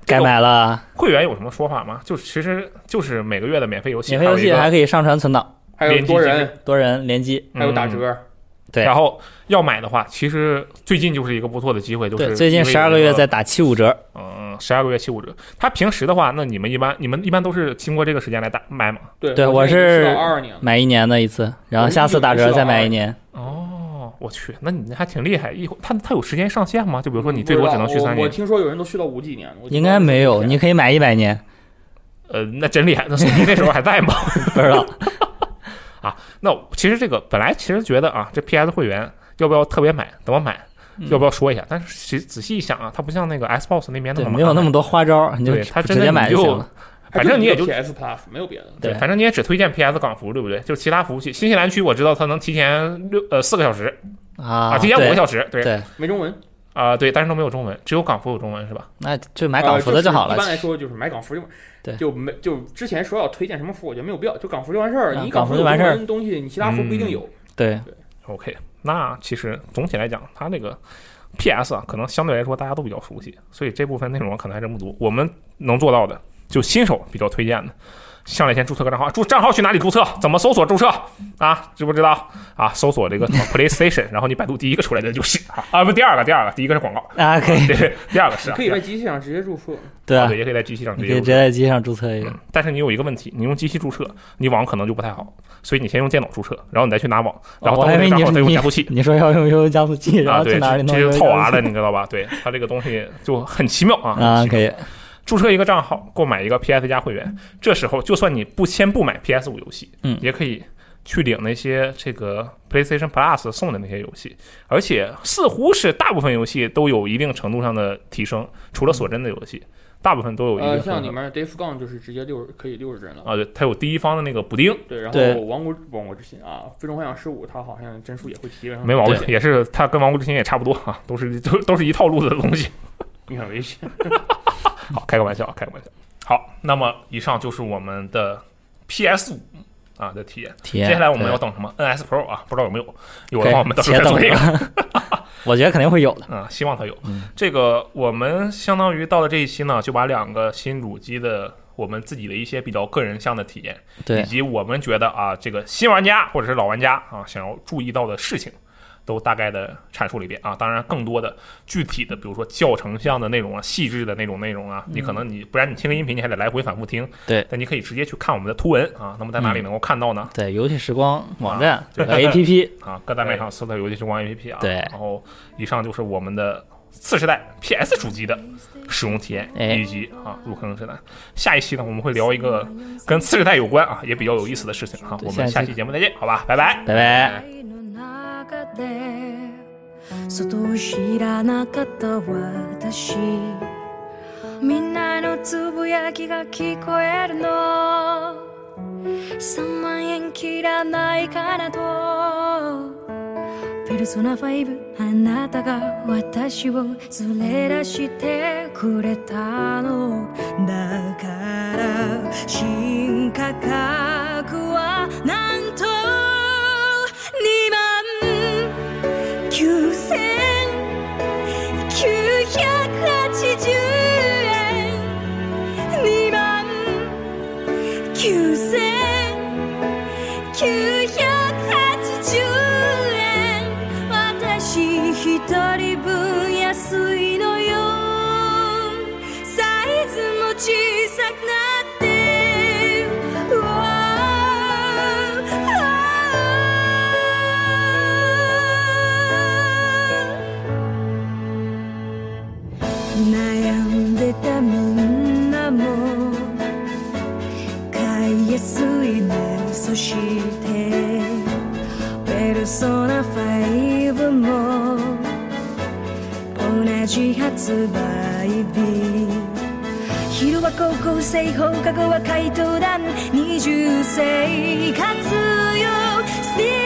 Speaker 3: 该买了。
Speaker 2: 会员有什么说法吗？就是其实就是每个月的免费游戏，
Speaker 3: 免费游
Speaker 2: 还
Speaker 3: 戏
Speaker 2: 有
Speaker 3: 还
Speaker 2: 一
Speaker 3: 可以上传存档，
Speaker 4: 还有多人，
Speaker 3: 多人联机。
Speaker 2: 个
Speaker 4: 还有打折，
Speaker 2: 嗯
Speaker 3: 对
Speaker 2: 然后要买的话，其实最近就是一个不错的机会，就是
Speaker 3: 对，最近
Speaker 2: 因为
Speaker 3: 十二个
Speaker 2: 这
Speaker 3: 月在打七五折，
Speaker 2: 嗯十二个月七五折。它平时的话，那你们一般你们一般都是经过这个时间来打买嘛？
Speaker 4: 对，
Speaker 3: 对我是
Speaker 4: 二二年了，
Speaker 3: 买一年的一次，然后
Speaker 4: 我是
Speaker 3: 下次打折
Speaker 4: 一直
Speaker 3: 再买
Speaker 4: 到
Speaker 3: 一年。
Speaker 2: 哦，我去，那你还挺厉害。一会它它有时间上限吗？就比如说你最
Speaker 4: 不
Speaker 2: 多
Speaker 4: 知
Speaker 2: 只
Speaker 4: 道
Speaker 2: 能续三
Speaker 4: 嗯我我
Speaker 2: 年，
Speaker 4: 听说有人都续到五几年了，我
Speaker 3: 应该没有，
Speaker 4: 我
Speaker 3: 你可以买一百年，
Speaker 2: 呃，那真厉害。那索尼那时候还在吗？
Speaker 3: 不知道。
Speaker 2: 那我其实这个本来其实觉得啊，这 PS 会员要不要特别买？怎么买？
Speaker 3: 嗯
Speaker 2: 要不要说一下？但是其实仔细一想啊，它不像那个 Xbox 那边那
Speaker 3: 对，
Speaker 2: 么
Speaker 3: 没有那
Speaker 2: 麻
Speaker 3: 么多花招，你就
Speaker 2: 对它
Speaker 3: 直
Speaker 2: 真的
Speaker 3: 接买
Speaker 2: 你就
Speaker 3: 行了。
Speaker 2: 反正你也就
Speaker 4: PS Plus 没有别的，
Speaker 2: 烦，
Speaker 3: 对，
Speaker 2: 反正你也只推荐 PS 港服，对不对？就其他服务器，新西兰区我知道它能提前六呃四个小时
Speaker 3: 啊，
Speaker 2: 提前五个
Speaker 3: 对
Speaker 2: 小时，对
Speaker 3: 对，
Speaker 4: 没中文。
Speaker 2: 啊、对，但是都没有中文，只有港服有中文是吧？
Speaker 3: 那就买港服的
Speaker 4: 啊呃就
Speaker 3: 好
Speaker 4: 是一般来
Speaker 3: 了。
Speaker 4: 说就是买港服就
Speaker 3: 对
Speaker 4: 就没就之前说要推荐什么服，我觉得没有必要，就港服就完事儿。
Speaker 3: 啊
Speaker 4: 你
Speaker 3: 港服
Speaker 4: 服
Speaker 3: 就完事儿嗯
Speaker 4: 有中文东西，你其他服不一定有。
Speaker 3: 对，
Speaker 2: OK，那其实总体来讲，它那个 PS 啊，可能相对来说大家都比较熟悉，所以这部分内容可能还真不多。我们能做到的，就新手比较推荐的，上来先注册个账号，注账号去哪里注册？怎么搜索注册啊？知不知道啊？搜索这个什么 PlayStation，然后你百度第一个出来的就是啊啊，不，第二个，第二个，第一个是广告，
Speaker 3: 啊，可以，
Speaker 2: 对，第二个是、
Speaker 4: 你
Speaker 2: 啊、
Speaker 4: 可以在机器上直接注册，
Speaker 3: 对啊
Speaker 2: 对，，也可以在机器上
Speaker 3: 你
Speaker 2: 直
Speaker 3: 可
Speaker 2: 接
Speaker 3: 以直接在机上注册一个
Speaker 2: 嗯。，但是你有一个问题，你用机器注册，你网可能就不太好，所以你先用电脑注册，然后你再去拿网，然后
Speaker 3: 哦
Speaker 2: 通
Speaker 3: 我还
Speaker 2: 过
Speaker 3: 以
Speaker 2: 那
Speaker 3: 为
Speaker 2: 个账
Speaker 3: 你
Speaker 2: 号再用
Speaker 3: 你
Speaker 2: 加速器。
Speaker 3: 你说要用悠悠加速器，然
Speaker 2: 啊，
Speaker 3: 后
Speaker 2: 对，
Speaker 3: 去哪
Speaker 2: 这
Speaker 3: 里弄
Speaker 2: 这
Speaker 3: 悠悠
Speaker 2: 就
Speaker 3: 加速器？
Speaker 2: 套娃了，你知道吧？对，它这个东西就很奇妙啊。
Speaker 3: 啊，
Speaker 2: 很奇
Speaker 3: 可
Speaker 2: 妙
Speaker 3: 以，
Speaker 2: 注册一个账号，购买一个 PS 加会员，这时候就算你不先不买 PS 五游戏，
Speaker 3: 嗯
Speaker 2: 也可以去领那些这个 PlayStation Plus 送的那些游戏，而且似乎是大部分游戏都有一定程度上的提升，除了
Speaker 3: 嗯
Speaker 2: 锁帧的游戏，大部分都有一定
Speaker 4: 呃，
Speaker 2: 程度
Speaker 4: 像
Speaker 2: 上的
Speaker 4: 里面 Dave Gun 就是直接六十可以六十帧了。
Speaker 2: 啊，对，它有第一方的那个补丁。
Speaker 4: 对，然
Speaker 3: 对
Speaker 4: 后王国王国之心啊，最终幻想十五，它好像帧数也会提升，
Speaker 2: 没毛病，
Speaker 4: 对
Speaker 2: 也是它跟《王国之心》也差不多啊，都是都都是一套路子的东西。
Speaker 4: 你很危险。
Speaker 2: 好，开个玩笑，开个玩笑。好，那么以上就是我们的 PS 五啊的体验。
Speaker 3: 体验。
Speaker 2: 接下来我们
Speaker 3: 对
Speaker 2: 要等什么？NS Pro 啊，不知道有没有，有
Speaker 3: 可
Speaker 2: 的
Speaker 3: 以
Speaker 2: 话我们到时候
Speaker 3: 且
Speaker 2: 再
Speaker 3: 等
Speaker 2: 做一个。
Speaker 3: 着。 我觉得肯定会有的。
Speaker 2: 啊，希望它有
Speaker 3: 嗯。
Speaker 2: 这个我们相当于到了这一期呢，就把两个新主机的我们自己的一些比较个人向的体验，以
Speaker 3: 对，
Speaker 2: 及我们觉得啊，这个新玩家或者是老玩家啊，想要注意到的事情，都大概的阐述了一遍啊。当然，更多的具体的，比如说教程项的内容啊、细致的那种内容啊，你可能你不然你听个音频，你还得来回反复听。
Speaker 3: 对
Speaker 2: 但你可以直接去看我们的图文啊。那么在哪里能够看到呢？
Speaker 3: 对，游戏时光 网站
Speaker 2: 对
Speaker 3: A P P，
Speaker 2: 啊，各大卖场搜索“游戏时光 ”APP 啊。
Speaker 3: 对
Speaker 2: 然后，以上就是我们的次世代 PS 主机的使用体验
Speaker 3: 哎
Speaker 2: 以及啊入坑指南。下一期呢，我们会聊一个跟次世代有关啊，也比较有意思的事情啊。我们
Speaker 3: 下
Speaker 2: 下
Speaker 3: 一期
Speaker 2: 期节目再见，好吧，拜拜。
Speaker 3: 拜拜。
Speaker 5: の中で外を知らなかった私みんなのつぶやきが聞こえるの3万円切らないかなとペルソナ5あなたが私を連れ出してくれたのだから新価格はなんと2万9980円2万9980円980円私一人分安いのよサイズも小さくなってうわ悩んでたみんなも買いやすいねそしてペルソナ5も同じ発売日昼は高校生放課後は怪盗団二重生活用スティ